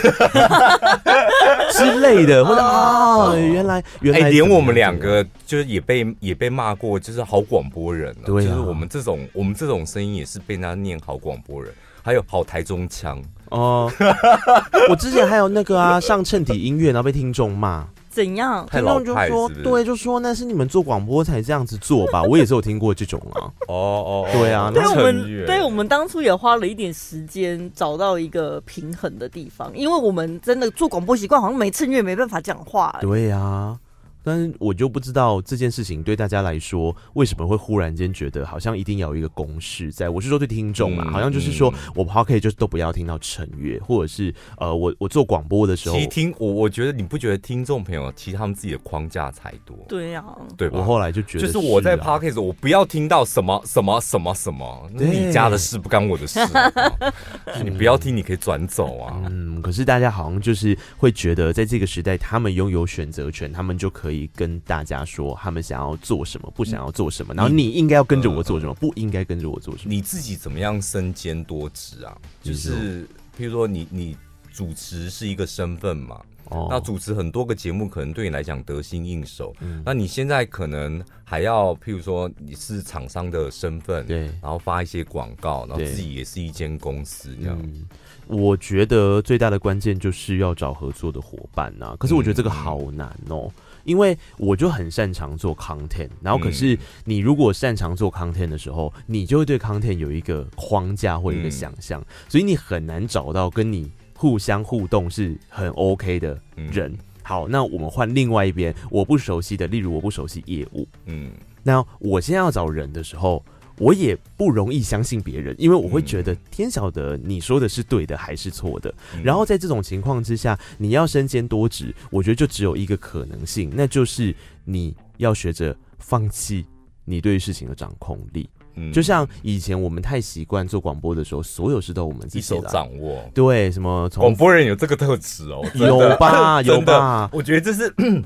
Speaker 1: 之类的，或者啊、
Speaker 2: 哦
Speaker 1: 原来原
Speaker 2: 哎、
Speaker 1: 来
Speaker 2: 连
Speaker 1: 怎么
Speaker 2: 我们
Speaker 1: 样
Speaker 2: 两个就是也被也被骂过，就是好广播人、啊，
Speaker 1: 对啊
Speaker 2: 就是我们这种我们这种声音也是被人家念好广播人，还有好台中腔，
Speaker 1: 哦， [laughs] 我之前还有那个啊，上衬体音乐，然后被听众骂，
Speaker 3: 怎样？
Speaker 2: 太
Speaker 1: 听
Speaker 2: 老
Speaker 1: 众就
Speaker 2: 派是
Speaker 1: 说
Speaker 2: 不是？
Speaker 1: 对，
Speaker 2: 哦
Speaker 1: 就说那是你们做广播才这样子做吧。我也是有听过这种
Speaker 2: [laughs]
Speaker 1: 啊，
Speaker 2: 哦，哦
Speaker 1: 对啊
Speaker 3: 对
Speaker 1: 那
Speaker 3: 我
Speaker 2: 成
Speaker 3: 们，
Speaker 2: 员
Speaker 3: 对我们当初也花了一点时间找到一个平衡的地方，因为我们真的做广播习惯，好像每次你也没办法讲话、欸
Speaker 1: 对啊。但是我就不知道这件事情对大家来说为什么会忽然间觉得好像一定要有一个公式在，我是说对听众啊，
Speaker 2: 嗯
Speaker 1: 好像就是说
Speaker 2: 嗯
Speaker 1: 我 p o c a 就是都不要听到陈乐，或者是呃我我做广播的时候
Speaker 2: 其，实听我我觉得你不觉得听众朋友其实他们自己的框架才多，
Speaker 3: 对啊呀、
Speaker 2: 对吧？
Speaker 1: 我后来就觉得
Speaker 2: 就是我在
Speaker 1: 啊
Speaker 2: podcast，我不要听到什么什么什么什么，那
Speaker 1: 对
Speaker 2: 你家的事不干我的事，
Speaker 1: [laughs]
Speaker 2: 好不好你不要听，你可以转走啊。
Speaker 1: 嗯，可是大家好像就是会觉得，在这个时代，他们拥有选择权，他们就可以跟大家说他们想要做什么，不想要做什
Speaker 2: 嗯
Speaker 1: 么，然后你应该要跟着我做什么，不应该跟着我做什么。
Speaker 2: 你自己怎么样身兼多职啊？
Speaker 1: 比
Speaker 2: 就
Speaker 1: 如说
Speaker 2: 是譬如说你你主持是一个身份嘛，那
Speaker 1: 哦，
Speaker 2: 主持很多个节目，可能对你来讲得心应手。
Speaker 1: 嗯
Speaker 2: 那你现在可能还要譬如说你是厂商的身份，
Speaker 1: 对
Speaker 2: 然后发一些广告，然后
Speaker 1: 对
Speaker 2: 自己也是一间公司这样。
Speaker 1: 嗯，我觉得最大的关键就是要找合作的伙伴啊。可是我觉得这
Speaker 2: 嗯
Speaker 1: 个好难哦、因为我就很擅长做 content，然后可是
Speaker 2: 嗯
Speaker 1: 你如果擅长做 content 的时候，你就会对 content 有一个框架或一个
Speaker 2: 嗯
Speaker 1: 想象，所以你很难找到跟你互相互动是很 OK 的
Speaker 2: 嗯
Speaker 1: 人。好，那我们换另外一边我不熟悉的，例如我不熟悉业务，
Speaker 2: 嗯，
Speaker 1: 那我现在要找人的时候，我也不容易相信别人，因为我会觉得天晓得你说的是对的还是错的。
Speaker 2: 嗯
Speaker 1: 然后在这种情况之下，你要身兼多职，我觉得就只有一个可能性，那就是你要学着放弃你对于事情的掌控力。
Speaker 2: 嗯
Speaker 1: 就像以前我们太习惯做广播的时候，所有事都我们自己
Speaker 2: 一手
Speaker 1: 来。
Speaker 2: 掌握。
Speaker 1: 对，什么从
Speaker 2: 广播人有这个特质哦，真的
Speaker 1: 有吧
Speaker 2: [laughs] 真
Speaker 1: 有
Speaker 2: 的
Speaker 1: 吧
Speaker 2: 我觉得这是 [clears throat]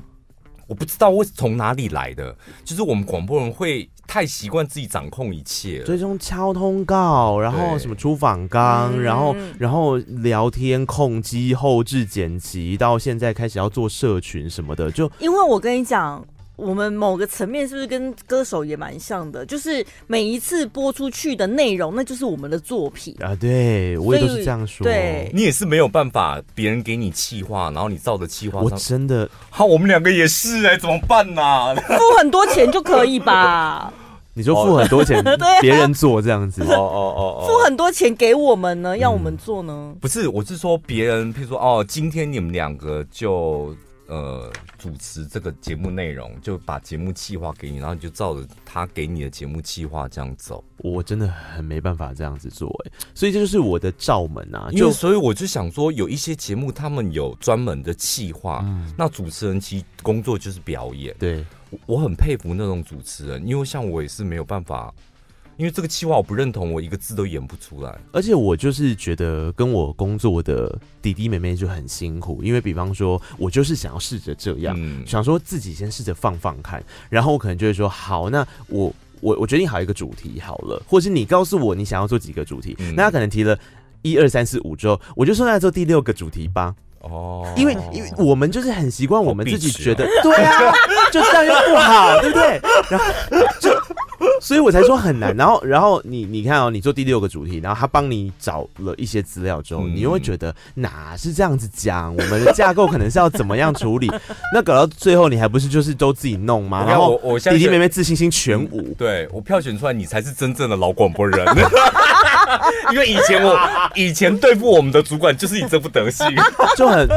Speaker 2: 我不知道为从哪里来的，就是我们广播人会太习惯自己掌控一切了。
Speaker 1: 追踪敲通告，然后
Speaker 2: 对
Speaker 1: 什么出访纲，
Speaker 3: 嗯
Speaker 1: 然后然后聊天控机后置剪辑，到现在开始要做社群什么的，就
Speaker 3: 因为我跟你讲，我们某个层面是不是跟歌手也蛮像的？就是每一次播出去的内容，那就是我们的作品。
Speaker 1: 啊，对我也都是这样说。
Speaker 3: 所以对
Speaker 2: 你也是没有办法，别人给你气话，然后你照着气话
Speaker 1: 我
Speaker 2: 上。
Speaker 1: 真的，
Speaker 2: 好，我们两个也是哎、怎么办呢、
Speaker 3: 付很多钱就可以吧？
Speaker 1: 你说付很多钱
Speaker 3: 对啊，
Speaker 1: 别人做这样子，
Speaker 2: 哦哦
Speaker 3: 付很多钱给我们呢，要我们做呢？
Speaker 2: [laughs] 不是，我是说别人，譬如说哦，今天你们两个就呃主持这个节目内容，就把节目计划给你，然后你就照着他给你的节目计划这样走。
Speaker 1: 我真的很没办法这样子做，哎，所以这就是我的罩门啊，
Speaker 2: 因
Speaker 1: 就
Speaker 2: 为所以我就想说，有一些节目他们有专门的企划，
Speaker 1: 嗯
Speaker 2: 那主持人其实工作就是表演。
Speaker 1: 对，
Speaker 2: 我我很佩服那种主持人，因为像我也是没有办法，因为这个企划我不认同，我一个字都演不出来。
Speaker 1: 而且我就是觉得跟我工作的弟弟妹妹就很辛苦，因为比方说，我就是想要试着这样，
Speaker 2: 嗯
Speaker 1: 想说自己先试着放放看，然后我可能就会说好，那我我我决定好一个主题好了，或是你告诉我你想要做几个主题，
Speaker 2: 嗯
Speaker 1: 那他可能提了。一二三四五之后，我就说那来做第六个主题吧，
Speaker 2: 哦
Speaker 1: 因为因为我们就是很习惯我们
Speaker 2: 好 bitch
Speaker 1: 自己觉得，对啊，就这样又不好，对不对？然后就，所以我才说很难。然后然后你你看哦，你做第六个主题，然后他帮你找了一些资料之后，
Speaker 2: 嗯
Speaker 1: 你又会觉得哪是这样子讲，我们的架构可能是要怎么样处理？那搞到最后，你还不是就是都自己弄吗？然后
Speaker 2: 我我现在
Speaker 1: 弟弟
Speaker 2: 觉得
Speaker 1: 妹妹自信心全无。
Speaker 2: 对我票选出来，你才是真正的老广播人。 [laughs] 因为以前我以前对付我们的主管就是你这副德行。
Speaker 1: 就很，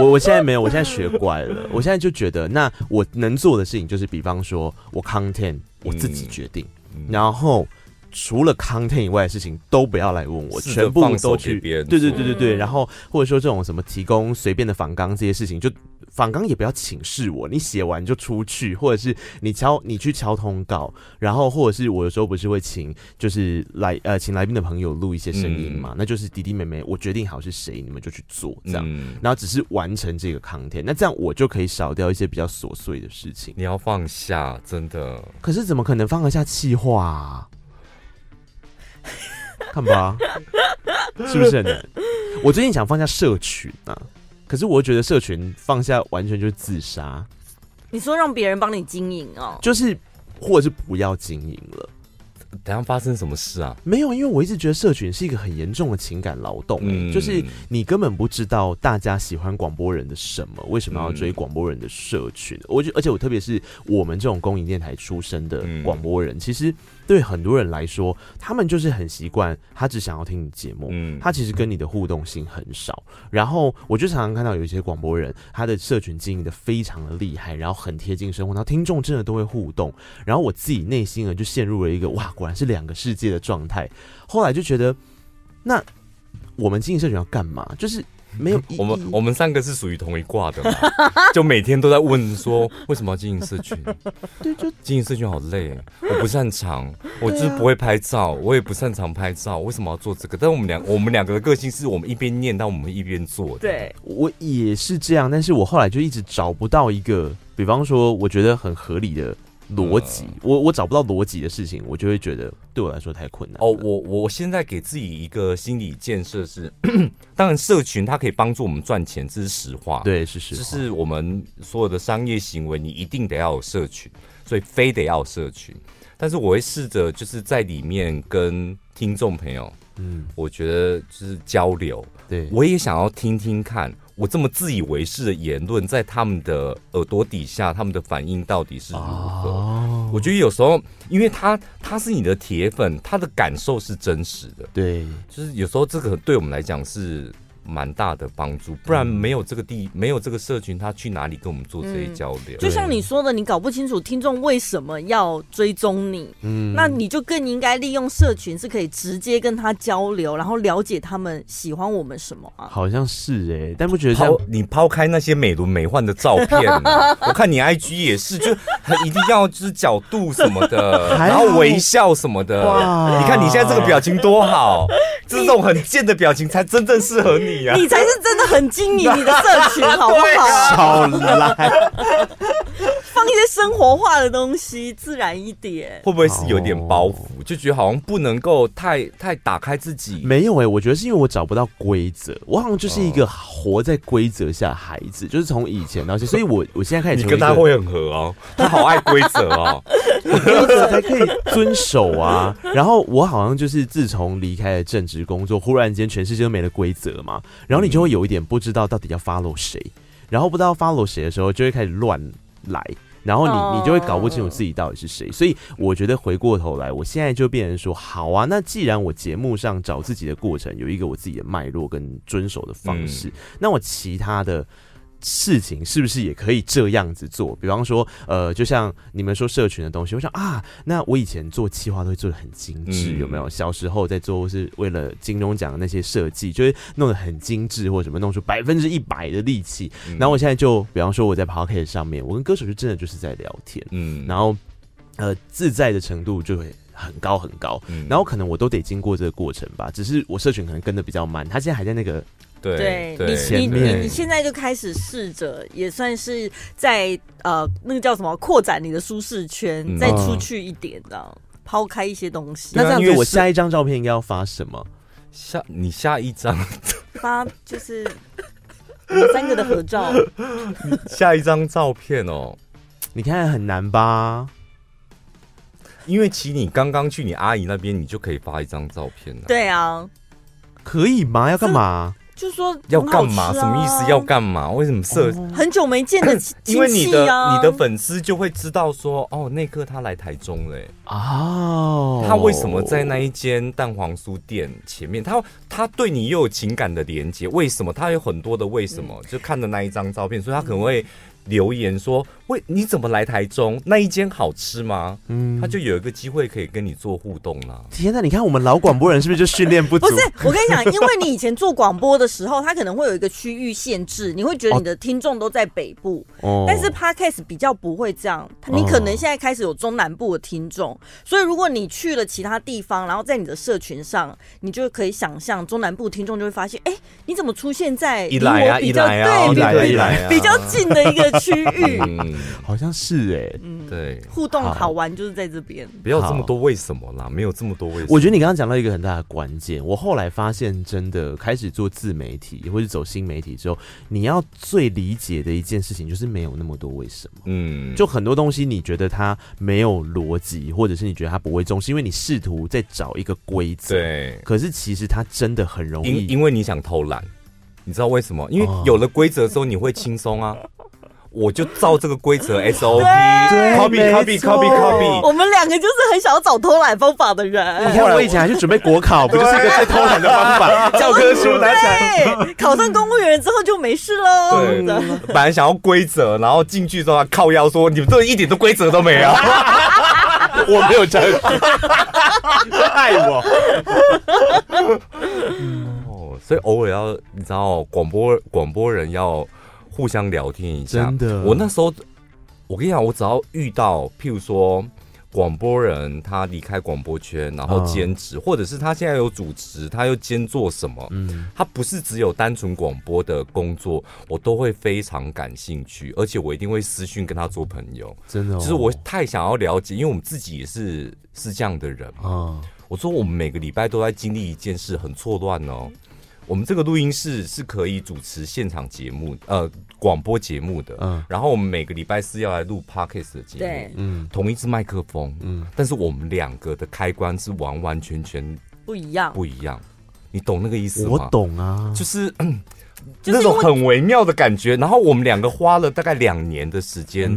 Speaker 1: 我我现在没有，我现在学乖了，我现在就觉得，那我能做的事情就是，比方说我 content 我自己决定，
Speaker 2: 嗯
Speaker 1: 然后。除了 content 以外的事情都不要来问我，
Speaker 2: 试着
Speaker 1: 全部
Speaker 2: 放手
Speaker 1: 都
Speaker 2: 给
Speaker 1: 去
Speaker 2: 别人
Speaker 1: 对对
Speaker 2: 做
Speaker 1: 对对对，
Speaker 3: 嗯
Speaker 1: 然后或者说这种什么提供随便的访纲这些事情，就访纲也不要请示我，你写完就出去，或者是你敲你去敲通告，然后或者是我有时候不是会请就是来呃请来宾的朋友录一些声音
Speaker 2: 嗯
Speaker 1: 嘛，那就是弟弟妹妹我决定好是谁，你们就去做 [laughs] 这样。
Speaker 2: 嗯，
Speaker 1: 然后只是完成这个 content，那这样我就可以少掉一些比较琐碎的事情。
Speaker 2: 你要放下，真的。
Speaker 1: 可是怎么可能放得下气话、啊？看吧，是不是很难？我最近想放下社群啊，可是我觉得社群放下完全就是自杀，
Speaker 3: 你说让别人帮你经营哦，
Speaker 1: 就是或者是不要经营了。
Speaker 2: 等一下发生什么事啊？
Speaker 1: 没有，因为我一直觉得社群是一个很严重的情感劳动、欸
Speaker 2: 嗯
Speaker 1: 就是你根本不知道大家喜欢广播人的什么，为什么要
Speaker 2: 嗯
Speaker 1: 追广播人的社群？我觉得，而且我特别是我们这种公营电台出身的
Speaker 2: 嗯
Speaker 1: 广播人，其实对很多人来说，他们就是很习惯，他只想要听你节目。
Speaker 2: 嗯
Speaker 1: 他其实跟你的互动性很少，然后我就常常看到有一些广播人，他的社群经营的非常的厉害，然后很贴近生活，然后听众真的都会互动，然后我自己内心呢啊就陷入了一个哇，果然是两个世界的状态。后来就觉得，那我们经营社群要干嘛？就是没有意义
Speaker 2: 我们我们三个是属于同一挂的嘛， [laughs] 就每天都在问说为什么要经营社群？
Speaker 1: 对，就
Speaker 2: 经营社群好累，我不擅长，我就是不会拍照，我也不擅长拍照，为什么要做这个？但我们两我们两个的个性是我们一边念，但我们一边做的。
Speaker 3: 对，
Speaker 1: 我也是这样，但是我后来就一直找不到一个，比方说我觉得很合理的逻辑，
Speaker 2: 嗯
Speaker 1: 我我找不到逻辑的事情，我就会觉得对我来说太困难了。
Speaker 2: 哦，我我现在给自己一个心理建设是， [clears throat] 当然社群它可以帮助我们赚钱，这是实话。，
Speaker 1: 对，是是，
Speaker 2: 就是我们所有的商业行为，你一定得要有社群，所以非得要有社群。但是我会试着就是在里面跟听众朋友，
Speaker 1: 嗯，
Speaker 2: 我觉得就是交流，
Speaker 1: 对，
Speaker 2: 我也想要听听看，我这么自以为是的言论，在他们的耳朵底下，他们的反应到底是如何？
Speaker 1: 哦，
Speaker 2: 我觉得有时候，因为他他是你的铁粉，他的感受是真实的，
Speaker 1: 对，
Speaker 2: 就是有时候这个对我们来讲是蛮大的帮助，不然没有这个地，没有这个社群，他去哪里跟我们做这些交流？
Speaker 3: 就像你说的，你搞不清楚听众为什么要追踪你，
Speaker 1: 嗯
Speaker 3: 那你就更应该利用社群，是可以直接跟他交流，然后了解他们喜欢我们什么啊。
Speaker 1: 好像是哎、但不觉得这样
Speaker 2: 抛你抛开那些美轮美奂的照片，啊
Speaker 1: [laughs]
Speaker 2: 我看你 IG 也是，就很一定要就是角度什么的，
Speaker 1: [laughs] 还
Speaker 2: 然
Speaker 1: 好
Speaker 2: 后微笑什么的。
Speaker 1: 哇
Speaker 2: 你看你现在这个表情
Speaker 1: [laughs]
Speaker 2: 多好，这种很贱的表情才真正适合你啊！
Speaker 3: 你
Speaker 1: [laughs]
Speaker 3: 才
Speaker 1: 啊
Speaker 2: [laughs]
Speaker 3: 是真的很经营你的社群，好不好？
Speaker 1: 少来？
Speaker 3: 放一些生活化的东西，自然一点。
Speaker 2: 会不会是有点包袱？就觉得好像不能够太太打开自己。
Speaker 1: 没有哎、我觉得是因为我找不到规则，我好像就是一个
Speaker 2: 哦
Speaker 1: 活在规则下的孩子，就是从以前到现在，所以我我现在开始
Speaker 2: 你
Speaker 1: 成为
Speaker 2: 跟
Speaker 1: 一
Speaker 2: 他
Speaker 1: 个
Speaker 2: 会很合哦，他好爱规则 [laughs] 哦。
Speaker 1: 规则才可以遵守啊。然后我好像就是自从离开了正职工作，忽然间全世界都没了规则嘛，然后你就会有一点不知道到底要 follow 谁，然后不知道 follow 谁的时候，就会开始乱来。然后
Speaker 3: 哦
Speaker 1: 你你就会搞不清楚自己到底是谁，所以我觉得回过头来，我现在就变成说，好啊，那既然我节目上找自己的过程有一个我自己的脉络跟遵守的方式，那我其他的事情是不是也可以这样子做？比方说，呃，就像你们说社群的东西，我想啊，那我以前做企划都会做的很精致，
Speaker 2: 嗯
Speaker 1: 有没有？小时候在做是为了金钟奖的那些设计，就是弄得很精致或什么，弄出百分之一百的力气。
Speaker 2: 嗯
Speaker 1: 然后我现在就，比方说我在 p o c k e t 上面，我跟歌手就真的就是在聊天，
Speaker 2: 嗯
Speaker 1: 然后呃自在的程度就会很高很高。
Speaker 2: 嗯
Speaker 1: 然后可能我都得经过这个过程吧，只是我社群可能跟的比较慢，他现在还在那个
Speaker 2: 对
Speaker 3: 你，你
Speaker 1: 前
Speaker 3: 你
Speaker 1: 面
Speaker 3: 你现在就开始试着，也算是在呃那个叫什么扩展你的舒适圈，
Speaker 2: 嗯啊
Speaker 3: 再出去一点，这样抛开一些东西
Speaker 1: 那
Speaker 2: 对。
Speaker 1: 这
Speaker 2: 啊
Speaker 1: 样
Speaker 2: 因
Speaker 1: 子，
Speaker 2: 为
Speaker 1: 我
Speaker 2: 是
Speaker 1: 下一张照片应该要发什么？
Speaker 2: 下你下一张， [laughs]
Speaker 3: 发就是你们三个的合
Speaker 2: [laughs]
Speaker 3: 照，
Speaker 2: 下一张照片哦。
Speaker 1: 你看很难吧？
Speaker 2: 因为其实你刚刚去你阿姨那边，你就可以发一张照片了、，
Speaker 3: 对啊，
Speaker 1: 可以吗？要干嘛？
Speaker 3: 就说
Speaker 2: 要
Speaker 3: 很好
Speaker 2: 干嘛？
Speaker 3: 吃啊
Speaker 2: 什么意思？要干嘛？为什么设？
Speaker 3: 很久没见
Speaker 2: [laughs]
Speaker 3: 的亲
Speaker 2: 因为你
Speaker 3: 亲
Speaker 2: 的
Speaker 3: 戚啊
Speaker 2: 你的粉丝就会知道说，哦，那刻他来台中欸嘞、
Speaker 1: 哦，
Speaker 2: 他为什么在那一间蛋黄酥店前面？他他对你又有情感的连接，为什么？他有很多的为什
Speaker 1: 嗯
Speaker 2: 么，就看的那一张照片，所以他可能会留言说：“喂，你怎么来台中？那一间好吃吗？”
Speaker 1: 嗯
Speaker 2: 他就有一个机会可以跟你做互动啊啦、
Speaker 1: 天呐，你看我们老广播人是不是就训练不足
Speaker 3: 不？是，我跟你讲，因为你以前做广播的时候，它可能会有一个区域限制，你会觉得
Speaker 2: 哦
Speaker 3: 你的听众都在北部，
Speaker 1: 哦
Speaker 3: 但是 podcast 比较不会这样，你可
Speaker 2: 哦
Speaker 3: 能现在开始有中南部的听众，所以如果你去了其他地方，然后在你的社群上，你就可以想象中南部听众就会发现，哎、你怎么出现在
Speaker 2: 一
Speaker 3: 离我
Speaker 2: 来啊，
Speaker 3: 比
Speaker 2: 一
Speaker 3: 较
Speaker 2: 来啊，
Speaker 3: 对
Speaker 2: 一
Speaker 3: 比
Speaker 2: 来啊，一
Speaker 3: 比
Speaker 2: 来啊，
Speaker 3: 比较近的一个区域，
Speaker 2: [laughs] 嗯，
Speaker 1: 好像是哎、
Speaker 3: 嗯
Speaker 2: 对，
Speaker 3: 互动
Speaker 1: 好
Speaker 3: 好玩就是在这边。
Speaker 2: 不要这么多为什么啦，没有这么多为什么。
Speaker 1: 我觉得你刚刚讲到一个很大的关键，我后来发现，真的开始做自媒体或者走新媒体之后，你要最理解的一件事情就是没有那么多为什么。
Speaker 2: 嗯，
Speaker 1: 就很多东西，你觉得它没有逻辑，或者是你觉得它不会中，是因为你试图在找一个规则。。
Speaker 2: 对，
Speaker 1: 可是其实它真的很容
Speaker 2: 因
Speaker 1: 易
Speaker 2: 因为你想偷懒，你知道为什么？因为
Speaker 1: 哦
Speaker 2: 有了规则之后，你会轻松啊。我就照这个规则 SOP
Speaker 1: 对
Speaker 2: copy
Speaker 1: 没
Speaker 2: copy
Speaker 1: 错
Speaker 2: copy
Speaker 3: 我
Speaker 2: copy。
Speaker 3: 们两个就是很想要找偷懒方法的人
Speaker 1: 你。看，我以前还去准备国考，不就是一个最偷懒的方法？
Speaker 2: 教科书拿起来，
Speaker 3: 对，考上公务员之后就没事喽。
Speaker 2: 对
Speaker 3: 的
Speaker 1: 嗯
Speaker 2: 本来想要规则，然后进去之后他靠腰说：“你们这一点都规则都没有。
Speaker 1: 我没有这样，害我。”
Speaker 2: 哦，所以偶尔要你知道，广播广播人要互相聊天一下。
Speaker 1: 真的
Speaker 2: 我那时候我跟你讲，我只要遇到譬如说广播人他离开广播圈，然后
Speaker 1: 嗯
Speaker 2: 兼职，或者是他现在有主持，他又兼做什么，
Speaker 1: 嗯，
Speaker 2: 他不是只有单纯广播的工作，我都会非常感兴趣，而且我一定会私讯跟他做朋友。
Speaker 1: 真的、哦，
Speaker 2: 就是我太想要了解，因为我们自己也是是这样的人嘛。
Speaker 1: 啊，
Speaker 2: 我说我们每个礼拜都在经历一件事，很错乱哦。我们这个录音室是可以主持现场节目，呃，广播节目的。
Speaker 1: 嗯
Speaker 2: 然后我们每个礼拜四要来录 podcast 的节
Speaker 3: 对
Speaker 2: 目，，
Speaker 1: 嗯
Speaker 2: 同一支麦克风，
Speaker 1: 嗯
Speaker 2: 但是我们两个的开关是完完全全
Speaker 3: 不一样。
Speaker 2: 不一样。你懂那个意思吗？
Speaker 1: 我，懂啊，
Speaker 2: 就是、 [clears throat] 嗯
Speaker 3: 就是
Speaker 2: 那
Speaker 3: 因
Speaker 2: 种
Speaker 3: 为
Speaker 2: 很微妙的感觉。然后我们两个花了大概两年的时间、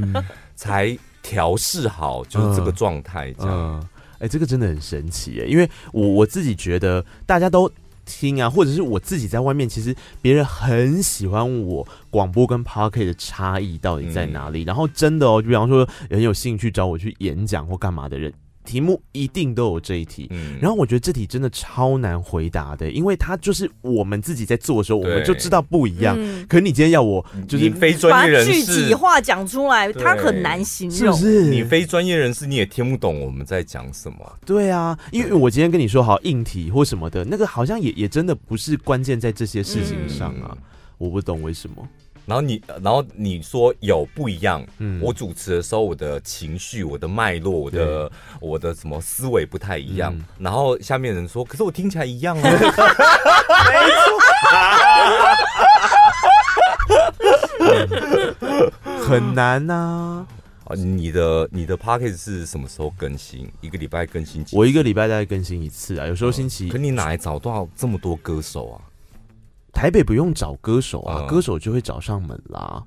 Speaker 2: 才调试好，就是这个
Speaker 1: 嗯
Speaker 2: 状态这样。
Speaker 1: 嗯，哎、这个真的很神奇耶，因为我我自己觉得大家都。听啊，或者是我自己在外面，其实别人很喜欢我广播跟 p o c k e t 的差异到底在哪
Speaker 2: 嗯
Speaker 1: 里。然后真的哦，就比方说很有兴趣找我去演讲或干嘛的人，题目一定都有这一题。
Speaker 2: 嗯
Speaker 1: 然后我觉得这题真的超难回答的，因为它就是我们自己在做的时候，我们
Speaker 2: 对
Speaker 1: 就知道不一样。
Speaker 3: 嗯
Speaker 1: 可你今天要我就是
Speaker 2: 你非
Speaker 3: 把
Speaker 2: 专业人
Speaker 3: 具
Speaker 2: 士
Speaker 3: 体化讲出来，
Speaker 2: 对
Speaker 3: 它很难形
Speaker 1: 是不
Speaker 3: 容。
Speaker 1: 是
Speaker 2: 你非专业人士，你也听不懂我们在讲什么。
Speaker 1: 对啊，因为我今天跟你说好硬体或什么的，那个好像也也真的不是关键在这些事情上啊，我不懂为什么。
Speaker 2: 然然后你，然后你说有不一样，
Speaker 1: 嗯
Speaker 2: 我主持的时候，我的情绪、我的脉络、我的我的什么思维不太一样，
Speaker 1: 嗯
Speaker 2: 然后下面人说，可是我听起来一样
Speaker 1: [laughs]
Speaker 2: 啊，
Speaker 1: 很难呐、
Speaker 2: 啊你的你的 p a c k a g e 是什么时候更新？一个礼拜更新几？
Speaker 1: 我一个礼拜大概更新一次啊，有时候星期
Speaker 2: 哦可你哪来找到这么多歌手啊？
Speaker 1: 台北不用找歌手啊，
Speaker 2: 嗯
Speaker 1: 歌手就会找上门啦。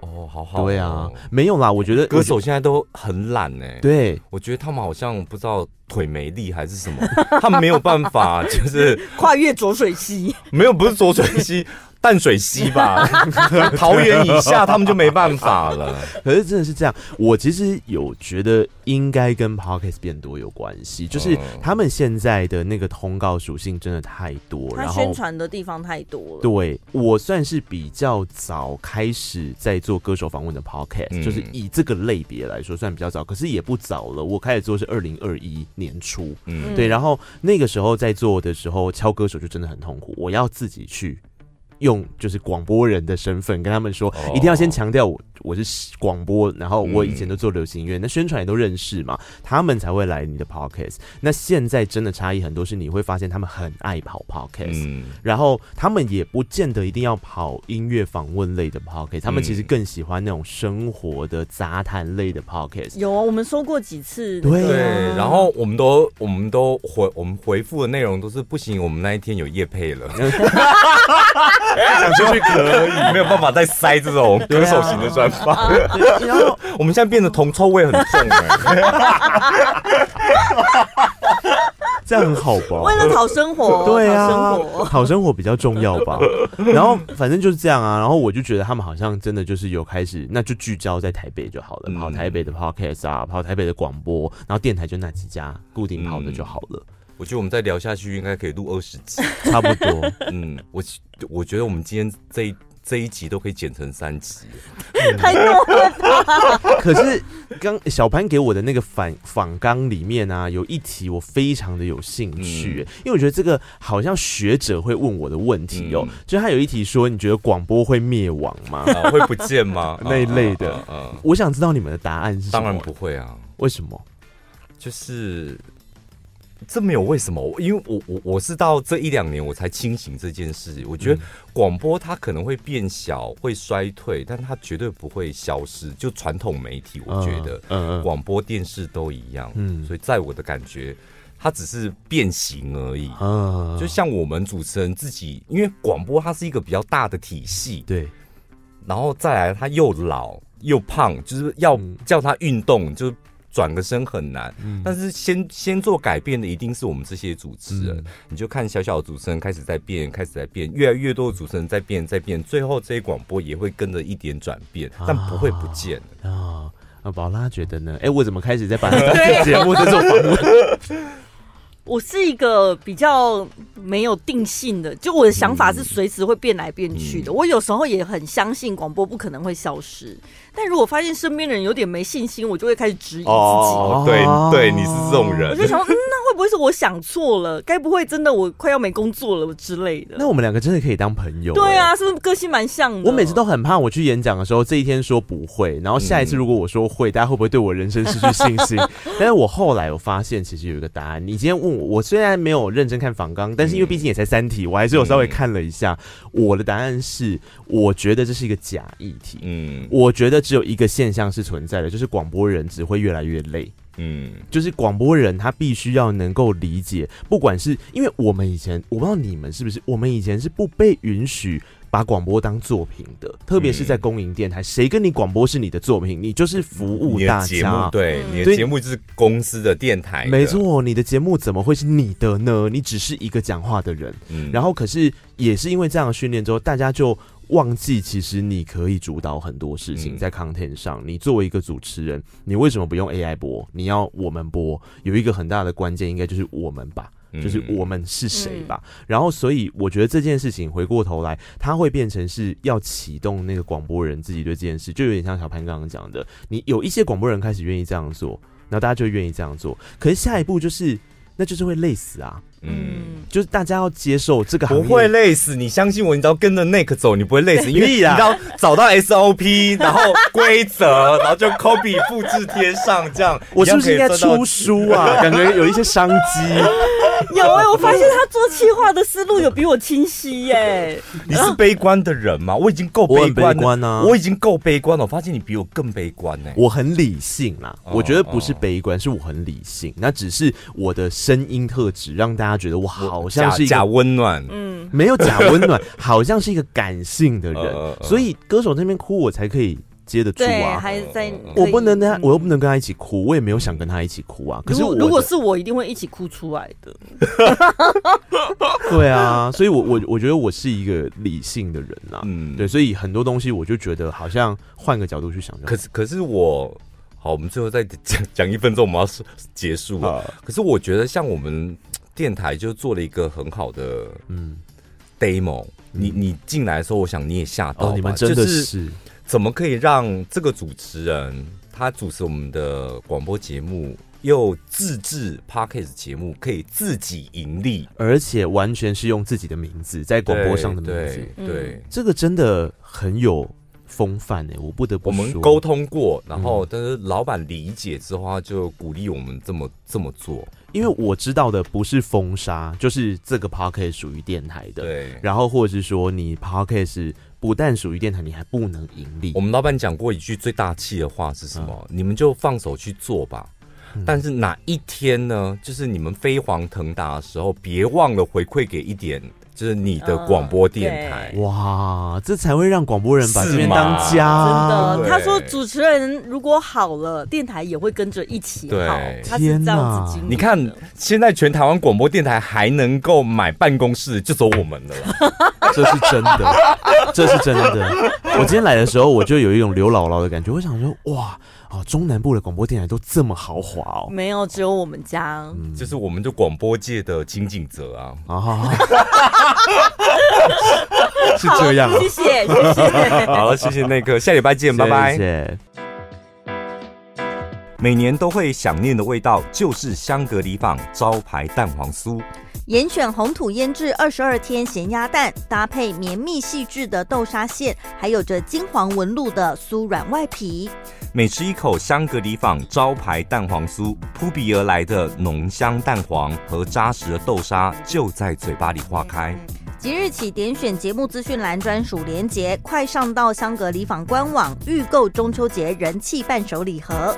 Speaker 2: 哦，好好哦、
Speaker 1: 对啊，没有啦，我觉得
Speaker 2: 歌手现在都很懒呢、
Speaker 1: 我觉得对
Speaker 2: 我觉得他们好像不知道腿没力还是什么，他们没有办法，就是
Speaker 3: [laughs] 跨越浊
Speaker 1: [laughs]
Speaker 3: 水溪，
Speaker 2: 没有不是浊水溪。淡水溪吧，桃园以下他们就没办法了。
Speaker 1: 可是真的是这样，我其实有觉得应该跟 podcast 变多有关系，就是
Speaker 2: 嗯
Speaker 1: 他们现在的那个通告属性真的太多，
Speaker 3: 他
Speaker 1: 然
Speaker 3: 宣
Speaker 1: 后。
Speaker 3: 传的地方太多了。
Speaker 1: 对我算是比较早开始在做歌手访问的 podcast，、
Speaker 2: 嗯
Speaker 1: 就是以这个类别来说算比较早，可是也不早了。我开始做是二零二一年初，
Speaker 2: 嗯，
Speaker 1: 对，然后那个时候在做的时候，敲歌手就真的很痛苦，我要自己去用就是广播人的身份跟他们说，
Speaker 2: 哦
Speaker 1: 一定要先强调我我是广播，然后我以前都做流行音乐，那宣传也都认识嘛，他们才会来你的 podcast。那现在真的差异很多，是你会发现他们很爱跑 podcast，、
Speaker 2: 嗯，
Speaker 1: 然后他们也不见得一定要跑音乐访问类的 podcast，他们其实
Speaker 2: 嗯
Speaker 1: 更喜欢那种生活的杂谈类的 podcast。
Speaker 3: 有啊，我们收过几次。
Speaker 1: 对
Speaker 2: 对
Speaker 1: 啊，
Speaker 2: 然后我们都我们都回我们回复的内容都是不行，我们那一天有夜
Speaker 1: [laughs]
Speaker 2: 配了，讲出去可以，没有办法再塞
Speaker 1: [laughs]
Speaker 2: 这种
Speaker 1: 啊
Speaker 2: 歌手型的专访。
Speaker 1: 然后
Speaker 2: 我们现在变得铜臭味很重哎、
Speaker 1: [laughs] 这样很好吧？
Speaker 3: 为了讨生
Speaker 2: 哦
Speaker 3: 活，
Speaker 1: 对
Speaker 3: 讨
Speaker 1: 啊
Speaker 3: 生活，
Speaker 1: 讨生活比较重要
Speaker 2: [laughs]
Speaker 1: 吧。然后反正就是这样啊。然后我就觉得他们好像真的就是有开始，那就聚焦在台北就好了，
Speaker 2: 嗯
Speaker 1: 跑台北的 podcast 啊，跑台北的广播，然后电台就那几家固定跑的就好了，
Speaker 2: 我觉得我们再聊下去应该可以录二十集。
Speaker 1: 差不
Speaker 2: [laughs]
Speaker 1: 多。
Speaker 2: 嗯，我我觉得我们今天这一这一集都可以剪成三集。
Speaker 1: 啊
Speaker 3: [laughs] 太多了。
Speaker 1: [laughs] 可是刚小潘给我的那个反访纲里面啊，有一题我非常的有兴趣、
Speaker 2: 嗯
Speaker 1: 因为我觉得这个好像学者会问我的问题哦、
Speaker 2: 嗯
Speaker 1: 就是他有一题说，你觉得广播会灭亡吗？？
Speaker 2: 啊，会不见吗
Speaker 1: [laughs] 那一类的
Speaker 2: 嗯、啊啊啊
Speaker 1: 我想知道你们的答案是什么。
Speaker 2: 当然不，会啊。
Speaker 1: 为什么？
Speaker 2: 就是这没有为什么，因为我我我是到这一两年我才清醒这件事。我觉得广播它可能会变小，会衰退，但它绝对不会消失。就传统媒体，我觉得
Speaker 1: 嗯，嗯嗯
Speaker 2: 广播电视都一样。
Speaker 1: 嗯
Speaker 2: 所以在我的感觉，它只是变形而已。
Speaker 1: 嗯
Speaker 2: 就像我们主持人自己，因为广播它是一个比较大的体系，
Speaker 1: 对，
Speaker 2: 然后再来他又老又胖，就是要
Speaker 1: 嗯
Speaker 2: 叫他运动，就是转个身很难。
Speaker 1: 嗯
Speaker 2: 但是先先做改变的一定是我们这些主持人，
Speaker 1: 嗯
Speaker 2: 你就看小小的主持人开始在变，开始在变，越来越多的主持人在变，在变，最后这些广播也会跟着一点转变，但不会不见。
Speaker 1: 啊、啊，宝拉觉得呢？哎、我怎么开始在把它当节目在做访问？
Speaker 3: [laughs] 我是一个比较没有定性的，就我的想法是随时会变来变去
Speaker 1: 嗯
Speaker 3: 的。我有时候也很相信广播不可能会消失，但如果发现身边的人有点没信心，我就会开始质疑自己。
Speaker 1: 哦对对你是这种
Speaker 3: 我
Speaker 1: 人
Speaker 3: 就想说，嗯，那会不会是我想错了？该不会真的我快要没工作了之类的
Speaker 1: [laughs] 那？我们两个真的可以当朋友、
Speaker 3: 对
Speaker 1: 哎。
Speaker 3: 啊，是不是个性蛮像的？
Speaker 1: 我每次都很怕，我去演讲的时候，这一天说不会，然后下一次
Speaker 2: 嗯
Speaker 1: 如果我说会，大家会不会对我人生失去信心？ [laughs] 但是我后来我发现，其实有一个答案。你今天问我，我虽然没有认真看访纲，但是因为毕竟也才三题，我还是有稍微看了一下。我的答案是，我觉得这是一个假议题。
Speaker 2: 嗯
Speaker 1: 我觉得只有一个现象是存在的，就是广播人只会越来越累。
Speaker 2: 嗯，
Speaker 1: 就是广播人他必须要能够理解，不管是因为我们以前，我不知道你们是不是，我们以前是不被允许。把广播当作品的，特别是在公营电台，谁、跟你广播是你的作品，你就是服务
Speaker 2: 你
Speaker 1: 大
Speaker 2: 的节目
Speaker 1: 家。
Speaker 2: 对
Speaker 3: 嗯
Speaker 2: 你
Speaker 1: 对
Speaker 2: 的节目就是公司的电台的，
Speaker 1: 没错，你的节目怎么会是你的呢？你只是一个讲话的人。
Speaker 2: 嗯。
Speaker 1: 然后，可是也是因为这样的训练之后，大家就忘记，其实你可以主导很多事情
Speaker 2: 嗯
Speaker 1: 在 content 上。你作为一个主持人，你为什么不用 AI 播？你要我们播，有一个很大的关键，应该就是我们吧。
Speaker 2: 嗯
Speaker 1: 就是我们是谁吧。然后，所以我觉得这件事情回过头来，它会变成是要启动那个广播人自己对这件事，就有点像小潘刚刚讲的，你有一些广播人开始愿意这样做，然后大家就愿意这样做。可是下一步就是，那就是会累死啊。
Speaker 2: 嗯。
Speaker 1: 就是大家要接受这个行
Speaker 2: 不
Speaker 1: 业
Speaker 2: 会累死，你相信我，你只要跟着 Nick 走，你不会累死，因为你
Speaker 1: 屁啊
Speaker 2: 知
Speaker 1: 啦
Speaker 2: 道找到 SOP，然 [laughs] 后规则，然后就 copy 复制贴上，这样
Speaker 1: 我是不是
Speaker 2: 一
Speaker 1: 应该
Speaker 2: 样可以赚到
Speaker 1: 出书
Speaker 2: [laughs]
Speaker 1: 啊？感觉有一些商机。
Speaker 3: 有哎、我发现他做企划的思路有比我清晰耶、
Speaker 1: [laughs]
Speaker 2: 你是悲观的人吗？我已经够
Speaker 1: 啊我
Speaker 2: 悲
Speaker 1: 很
Speaker 2: 观
Speaker 1: 悲观啊
Speaker 2: 我已经够悲观了。我发现你比我更悲观呢、
Speaker 1: [laughs] 我很理性啦，
Speaker 2: 哦
Speaker 1: 我觉得不是悲观，是我很理性。那只是我的声音特质让大家觉得我好像是一
Speaker 2: 假假
Speaker 1: 个
Speaker 2: 温暖，
Speaker 3: 嗯，
Speaker 1: 没有假温暖， [laughs] 好像是一个感性的
Speaker 2: 嗯嗯
Speaker 1: 人，
Speaker 2: 嗯
Speaker 1: 所以歌手那边哭我才可以接得住
Speaker 3: 对，
Speaker 1: 啊。
Speaker 3: 还在
Speaker 1: 我不能跟他，我又不能跟他一起哭，我也没有想跟他一起哭啊。可是
Speaker 3: 如
Speaker 1: 我
Speaker 3: 果
Speaker 1: 的
Speaker 3: 如果是我，一定会一起哭出来的。
Speaker 1: 对啊，所以我我我觉得我是一个理性的人啊啦。
Speaker 2: 嗯，
Speaker 1: 对，。所以很多东西我就觉得好像换个角度去想就好
Speaker 2: 可是可是我，好，我们最后再讲讲一分钟，我们要是结束了。
Speaker 1: 了。
Speaker 2: 可是我觉得像我们电台就做了一个很好的
Speaker 1: 嗯，
Speaker 2: demo，、你你进来的时候，我想你也吓到吧、
Speaker 1: 哦，你们真的
Speaker 2: 就是
Speaker 1: 是
Speaker 2: 怎么可以让这个主持人他主持我们的广播节目，又自制 podcast 节目，可以自己盈利？
Speaker 1: 而且完全是用自己的名字在广播上的名字，
Speaker 2: 对
Speaker 3: 嗯
Speaker 2: 对，
Speaker 1: 这个真的很有风范哎、我不得不
Speaker 2: 我
Speaker 1: 说。
Speaker 2: 们沟通过，然
Speaker 1: 嗯
Speaker 2: 后但是老板理解之后，他就鼓励我们这么这么做。
Speaker 1: 因为我知道的不是封杀，就是这个 p o c a s t 属于电台的，
Speaker 2: 对，
Speaker 1: 然后或者是说你 p o c a s t 不但属于电台，你还不能盈利
Speaker 2: 我。们老板讲过一句最大气的话是什么？
Speaker 1: 嗯
Speaker 2: 你们就放手去做吧。但是哪一天呢？就是你们飞黄腾达的时候，别忘了回馈给一点，就是你的
Speaker 3: 嗯
Speaker 2: 广播电台。
Speaker 1: 哦哇，这才会让广播人把
Speaker 2: 是
Speaker 1: 这边
Speaker 2: 吗
Speaker 1: 当家啊。
Speaker 3: 真的，
Speaker 2: 对
Speaker 3: 他说主持人如果好了，电台也会跟着一起好
Speaker 2: 对。
Speaker 3: 他是这样子经营的
Speaker 2: 你看，
Speaker 1: 嗯
Speaker 2: 现在全台湾广播电台还能够买办公室，就走我们的了。
Speaker 1: 这是真的，这是真的。我今天来的时候，我就有一种刘姥姥的感觉，我想说，哇，哦，中南部的广播电台都这么豪华哦。
Speaker 3: 没有，只有我们家。
Speaker 1: 嗯
Speaker 2: 就是我们就广播界的金井
Speaker 1: [laughs]
Speaker 2: 泽啊，
Speaker 1: 啊，是这样啊
Speaker 3: [laughs] 谢谢，谢谢。
Speaker 2: 好，谢谢那个，下礼拜见，拜拜。
Speaker 1: 谢谢
Speaker 2: 每年都会想念的味道，就是香格里坊招牌蛋黄酥。
Speaker 3: 严选红土腌制二十二天咸鸭蛋，搭配绵密细致的豆沙馅，还有着金黄纹路的酥软外皮。
Speaker 2: 每吃一口香格里坊招牌蛋黄酥，扑鼻而来的浓香蛋黄和扎实的豆沙就在嘴巴里化开。
Speaker 3: 即日起点选节目资讯栏专属连结，快上到香格里坊官网预购中秋节人气伴手礼盒。